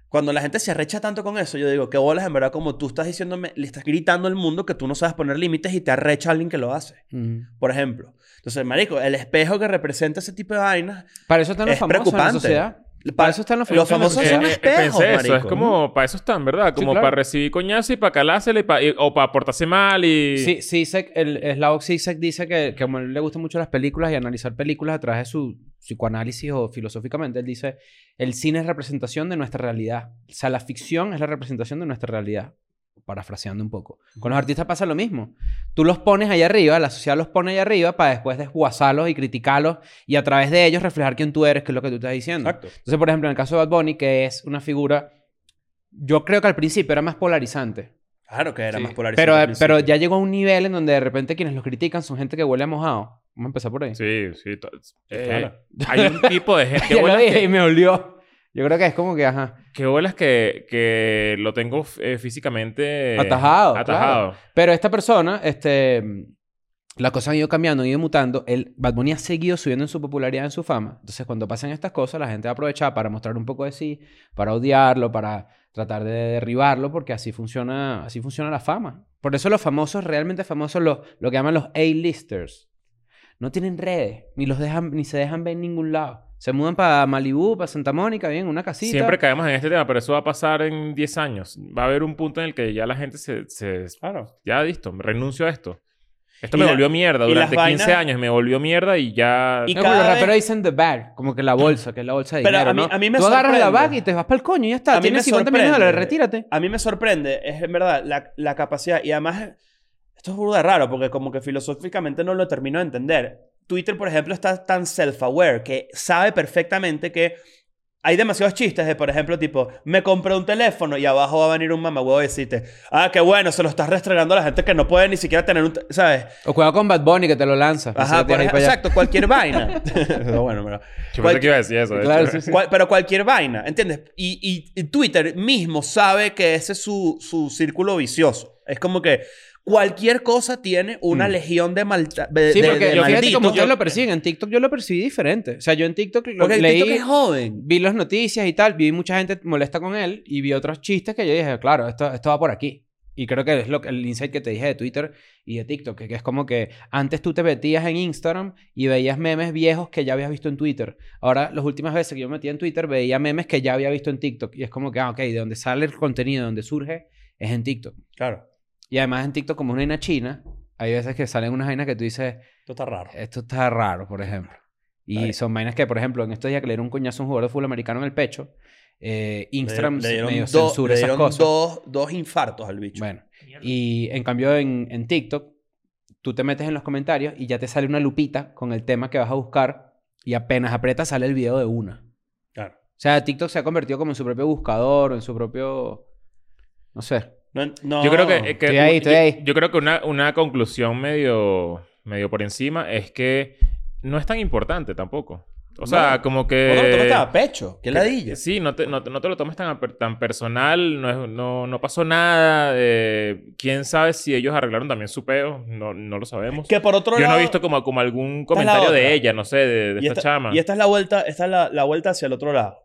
Cuando la gente se arrecha tanto con eso, yo digo, qué bolas, en verdad, como tú estás diciéndome, le estás gritando al mundo que tú no sabes poner límites y te arrecha a alguien que lo hace, Mm. por ejemplo. Entonces, marico, el espejo que representa ese tipo de vainas Para eso están los Es famosos en la preocupante. sociedad. Para- Para eso están los los famosos. en Eh, famosos la son sociedad. eh, espejos, pensé eso, es marico. como para eso están, ¿verdad? Como claro. para recibir coñazo y para calársela y pa- y- o para portarse mal y... Sí, Zizek, el Slavoj Zizek dice que, que como a él le gustan mucho las películas y analizar películas a través de su psicoanálisis o filosóficamente, él dice, el cine es representación de nuestra realidad. O sea, la ficción es la representación de nuestra realidad. Parafraseando un poco. Con los artistas pasa lo mismo. Tú los pones allá arriba, la sociedad los pone allá arriba para después desguazarlos y criticarlos y a través de ellos reflejar quién tú eres, que es lo que tú estás diciendo. Exacto. Entonces, por ejemplo, en el caso de Bad Bunny, que es una figura, yo creo que al principio era más polarizante. Claro que era Sí. más polarizante. Pero, al eh, principio. pero ya llegó a un nivel en donde de repente quienes los critican son gente que huele a mojado. Vamos a empezar por ahí. Sí, sí. to- eh, Claro. hay un tipo de gente... *laughs* Ya qué lo bolas dije que- y me olió. Yo creo que es como que, ajá. Qué bolas que, que lo tengo eh, físicamente... Atajado, Atajado. Pero esta persona, este... Las cosas han ido cambiando, han ido mutando. El Bad Bunny ha seguido subiendo en su popularidad, en su fama. Entonces, cuando pasan estas cosas, la gente va a aprovechar para mostrar un poco de sí, para odiarlo, para tratar de derribarlo, porque así funciona, así funciona la fama. Por eso los famosos, realmente famosos, los, lo que llaman los A-listers, no tienen redes, ni, los dejan, ni se dejan ver en ningún lado. Se mudan para Malibú, para Santa Mónica, bien, una casita. Siempre caemos en este tema, pero eso va a pasar en 10 años. Va a haber un punto en el que ya la gente se... se- Claro. ya listo, me renuncio a esto. Esto Y me la- volvió mierda. y las Durante 15 vainas- años me volvió mierda y ya... Y No, como los cada vez- raperos dicen the bag, como que la bolsa, que es la bolsa de Pero a dinero, mí- ¿no? a mí me Tú agarras la sorprende. bag y te vas para el coño y ya está. A mí me Tienes 50 millones de dólares, sorprende. retírate. A mí me sorprende, es en verdad, la, la capacidad. Y además, esto es burda raro porque como que filosóficamente no lo termino de entender. Twitter, por ejemplo, está tan self-aware que sabe perfectamente que hay demasiados chistes de, por ejemplo, tipo, me compré un teléfono y abajo va a venir un mamahuevo y decirte, ah, qué bueno, se lo estás restregando a la gente que no puede ni siquiera tener un... te-", ¿Sabes? O cuidado con Bad Bunny que te lo lanza. Ajá, pues, por ejemplo, exacto, cualquier *laughs* vaina. *laughs* Pero bueno, pero- Yo pensé cual- que iba a decir eso. de Claro, hecho. sí, sí. Cual- pero cualquier vaina, ¿entiendes? Y, y- y Twitter mismo sabe que ese es su, su círculo vicioso. Es como que cualquier cosa tiene una Mm. legión de, malta, de, Sí, de- porque de yo fíjate malditos. como ustedes lo persiguen. En TikTok yo lo percibí diferente. O sea, yo en TikTok lo Porque el leí, TikTok es joven. vi las noticias y tal, vi mucha gente molesta con él y vi otros chistes que yo dije, claro, esto, esto va por aquí. Y creo que es lo, que- el insight que te dije de Twitter y de TikTok, que, que es como que antes tú te metías en Instagram y veías memes viejos que ya habías visto en Twitter. Ahora, las últimas veces que yo me metía en Twitter, veía memes que ya había visto en TikTok. Y es como que, ah, ok, de donde sale el contenido, de donde surge, es en TikTok. Claro, Y además en TikTok, como es una vaina china, hay veces que salen unas vainas que tú dices, esto está raro. esto está raro, por ejemplo. Y Está bien. son vainas que, por ejemplo, en estos días que le dieron un coñazo a un jugador de fútbol americano en el pecho, eh, Instagram Le- le dieron medio dos- censura le esas dieron cosas. Dos, dos infartos al bicho. Bueno, y en cambio en, en TikTok tú te metes en los comentarios y ya te sale una lupita con el tema que vas a buscar y apenas aprietas sale el video de una. Claro. O sea, TikTok se ha convertido como en su propio buscador, en su propio... No sé. No, no. Yo creo que, eh, que- Estoy ahí, yo- estoy ahí. Yo, creo que una, una conclusión medio, medio por encima es que no es tan importante tampoco. O sea, No. como Vos no te que... tomaste a pecho. Qué ladilla. Sí, no te, no, te- no te lo tomes tan, a per- tan personal, no, es- no, no pasó nada, eh, quién sabe si ellos arreglaron también su peo, no, no lo sabemos. Que por otro Yo lado... no he visto como, como algún es la comentario otra. de ella, no sé, de, de y esta, chama. y esta es la vuelta, esta es la, la vuelta hacia el otro lado.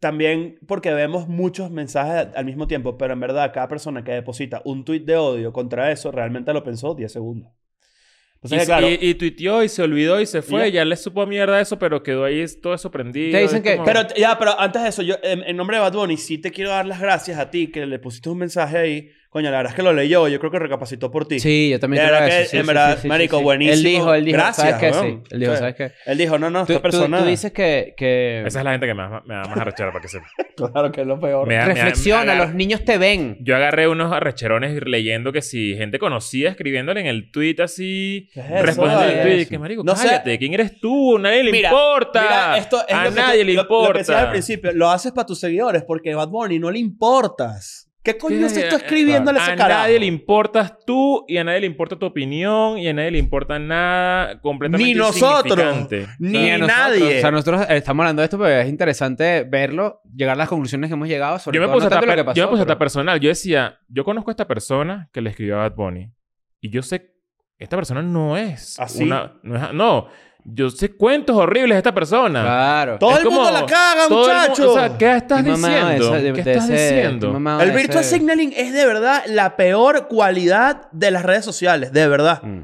También porque vemos muchos mensajes al mismo tiempo, pero en verdad cada persona que deposita un tuit de odio contra eso realmente lo pensó 10 segundos. y, Entonces, claro, y- y tuiteó y se olvidó y se fue, Y ya, le supo mierda eso, pero quedó ahí todo sorprendido. Te dicen es que- como- pero ya, pero antes de eso, yo en, en nombre de Bad Bunny sí te quiero dar las gracias a ti que le pusiste un mensaje ahí. Coño, la verdad es que lo leyó, yo creo que recapacitó por ti. Sí, yo también De creo verdad eso. que, sí, en sí, verdad, sí, sí, marico, sí. Él buenísimo. dijo, él dijo, Gracias, ¿sabes qué? weón. Sí, él dijo, Sí. ¿sabes qué? Él dijo, no, no, Tú, esta tú- persona... tú dices que... que... Esa es la gente que me, da- me da más arrechera para que sepa. *laughs* Claro que es lo peor. Me da- me da- Reflexiona, me agar- los niños te ven. Yo agarré unos arrecherones leyendo que si gente conocida escribiéndole en el tweet así. ¿Qué es eso, respondiendo vale? el tweet. Que marico, No sé. cállate, ¿quién eres tú? Nadie le Mira, importa. Mira, esto es a lo que nadie te- le lo- importa. Lo que decías al principio, lo haces para tus seguidores porque Bad Bunny no le importas. ¿Qué coño se está Eh, escribiéndole a A ese carajo? nadie le importas tú y a nadie le importa tu opinión y a nadie le importa nada completamente Ni nosotros. insignificante. Ni Y a nosotros- nadie. O sea, nosotros eh, estamos hablando de esto, pero es interesante verlo, llegar a las conclusiones que hemos llegado sobre Yo me, todo, puse no hasta tanto lo per- que pasó, yo me puse hasta pero- personal. Yo decía, yo conozco a esta persona que le escribió a Bad Bunny. Y yo sé, esta persona no es. ¿Así? una- no, es- no, yo sé cuentos horribles de esta persona. Claro. Todo Es el mundo como- la caga, Todo el mu- muchachos. o sea, ¿qué estás Estoy mamado de diciendo? esa- de- ¿Qué de estás ese- *laughs* estoy diciendo? mamado el de virtual ese- signaling es de verdad la peor cualidad de las redes sociales, de verdad. Mm.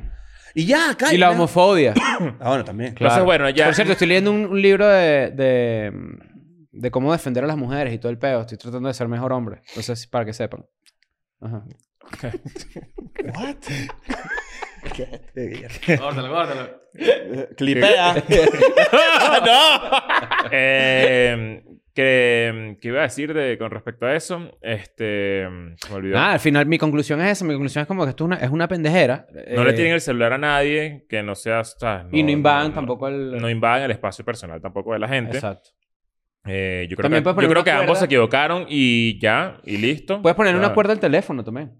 Y ya, acá. Y la homofobia. Ah, bueno, también. Entonces, Claro. bueno, ya. Por cierto, estoy leyendo un, un libro de, de, de cómo defender a las mujeres y todo el pedo. Estoy tratando de ser mejor hombre. Entonces, para que sepan. Ajá. Córtalo, córtalo. Clipea. *laughs* no. *laughs* eh, que, que iba a decir de- con respecto a eso. Este. Se me olvidó. Nada, al final mi conclusión es esa. Mi conclusión es como que esto es una, es una pendejera. no le eh, tienen el celular a nadie que no sea. o sea, Y no invadan no- tampoco el... No invadan el espacio personal tampoco de la gente. Exacto. Eh, yo creo También que, puedes yo poner creo una que ambos cuerda. se equivocaron y ya, y listo. Puedes poner en una cuerda al teléfono también.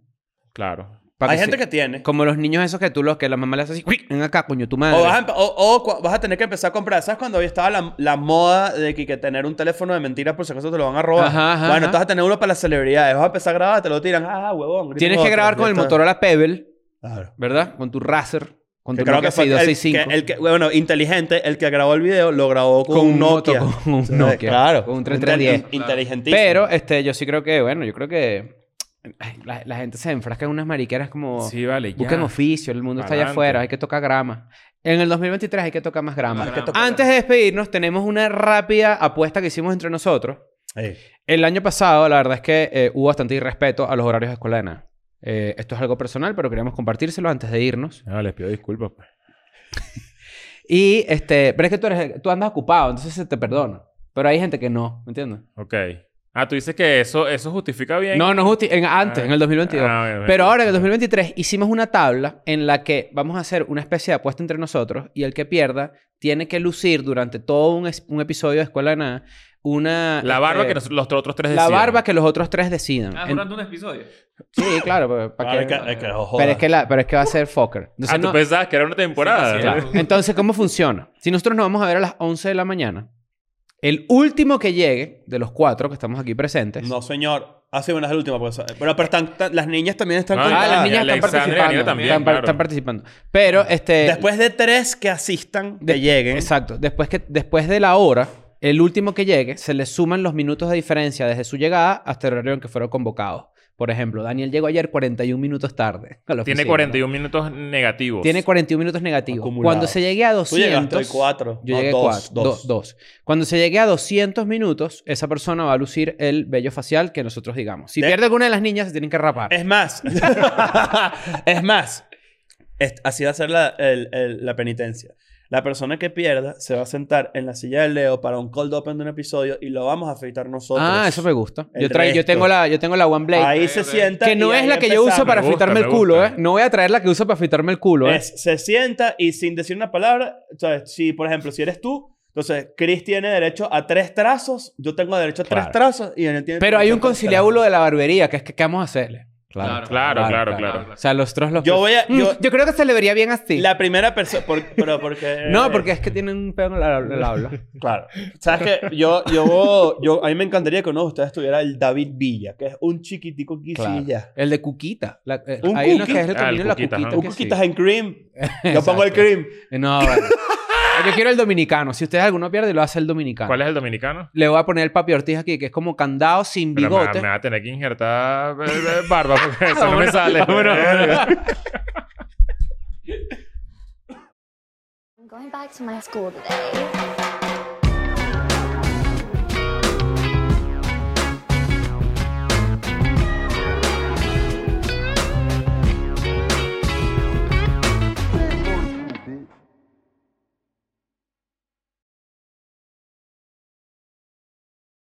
Claro. Para Hay que gente se- que tiene. Como los niños esos que tú los... Que la mamá le hace así... "Uy, Ven acá, coño, tu madre. O vas, a, empe- o- o cua- vas a tener que empezar a comprar. ¿Sabes cuando hoy estaba la, la moda de que, que tener un teléfono de mentiras por si acaso te lo van a robar? Ajá, ajá, bueno, ajá. tú vas a tener uno para las celebridades. Vas a empezar a grabar, te lo tiran. Ah, huevón. grita Tienes que otro, grabar ya con el está. Motorola Pebble, Claro. ¿verdad? Con tu Razer. Con Que tu creo Nokia que fue el, que, 6265. el que- bueno, inteligente, el que grabó el video lo grabó con, un Nokia. *laughs* moto, con un Sí, Nokia. Claro. Con un Intel- 3310. Inteligentísimo. Pero este, yo sí creo que, bueno, yo creo que ay, la, la gente se enfrasca en unas mariqueras como Sí, vale. Ya. busquen oficio, el mundo está allá Pa'lante. afuera, hay que tocar grama. En el 2023 hay que tocar más grama. Hay que tocar Antes de despedirnos, tenemos una rápida apuesta que hicimos entre nosotros. El año pasado, la verdad es que eh, hubo bastante irrespeto a los horarios de escuela de nada. Eh, esto es algo personal, pero queríamos compartírselo antes de irnos. Ah, les pido disculpas. pues. Y este, pero es que tú, eres, tú andas ocupado, entonces se te perdona. Pero hay gente que no, ¿me entiendes? Ok. Ah, tú dices que eso, eso justifica bien. No, no justi- en, antes, Ah, en el 2022. ah, bueno, bueno. Pero ahora en el 2023 hicimos una tabla en la que vamos a hacer una especie de apuesta entre nosotros y el que pierda tiene que lucir durante todo un, es- un episodio de Escuela de Nada una... La barba este, que nos- los otros tres La decían. barba que los otros tres decidan. Ah, En- durante un episodio. Sí, claro. pero- pa' Claro, que- es que- es que no pero, jodas. es que la- pero es que va a ser fucker. Entonces, Ah, tú no- pensabas que era una temporada. Sí, sí, Claro. sí. entonces, ¿cómo funciona? Si nosotros nos vamos a ver a las 11 de la mañana, el último que llegue de los cuatro que estamos aquí presentes... No, señor. Ah, sí, bueno, es el último. Pues, bueno, pero están, tan- las niñas también están Ah, Ah, contadas. las niñas y están Alexandra y Daniela participando. también, están, par- claro. están participando. Pero, este... Después de tres que asistan, que lleguen. Exacto. Después, que, después de la hora, el último que llegue, se le suman los minutos de diferencia desde su llegada hasta el horario en que fueron convocados. Por ejemplo, Daniel llegó ayer 41 minutos tarde. a la Tiene oficina. 41 minutos negativos. Tiene 41 minutos negativos. Acumulado. Cuando se llegue a 200... Tú llegaste hoy cuatro. No, Yo llegué a dos, 4. dos. 2. Cuando se llegue a 200 minutos, esa persona va a lucir el vello facial que nosotros digamos. Si De- pierde alguna de las niñas, se tienen que rapar. Es más. *laughs* es más. Es- así va a ser la, el- el- la penitencia. La persona que pierda se va a sentar en la silla de Leo para un cold open de un episodio y lo vamos a afeitar nosotros. Ah, eso me gusta. Yo, Entre traí- yo, esto. tengo la, yo tengo la One Blade. Ahí Ay, se ok. sienta. que no y es ahí la que yo uso empezamos. para Me gusta, afeitarme el me culo, ¿eh? gusta. No voy a traer la que uso para afeitarme el culo, ¿eh? Es- se sienta y sin decir una palabra, o sea, si por ejemplo, si eres tú, entonces Chris tiene derecho a tres trazos, yo tengo derecho a tres Claro. trazos y Daniel tiene Pero hay un derecho a tres conciliábulo de la barbería, que es que ¿qué vamos a hacerle? Claro, claro, claro. O sea, los trozos los... Yo voy a- Mm, *laughs* yo- yo creo que se le vería bien así. trazos. La primera persona, pero porque... *laughs* No, porque es que tienen un pedo en el habla- *laughs* el habla. Claro. ¿Sabes qué? Yo, yo, yo, a mí me encantaría que uno de ustedes tuviera el David Villa, que es un chiquitico Claro. quisilla. El de Cuquita. La- eh, Un hay uno cuqui- que es el Ah, camino el de la cuquita, Cuquita. ajá. Un que sí. cuquitas en *laughs* cream. Yo pongo el Exacto. cream. Eh, No, vale. Eh, Yo quiero el dominicano. Si ustedes alguno pierde, lo hace el dominicano. ¿Cuál es el dominicano? Le voy a poner el papi Ortiz aquí, que es como candado sin Pero me, bigote. me va a tener que injertar eh, eh, barba *laughs* porque eso no me sale. I'm going back to my school today.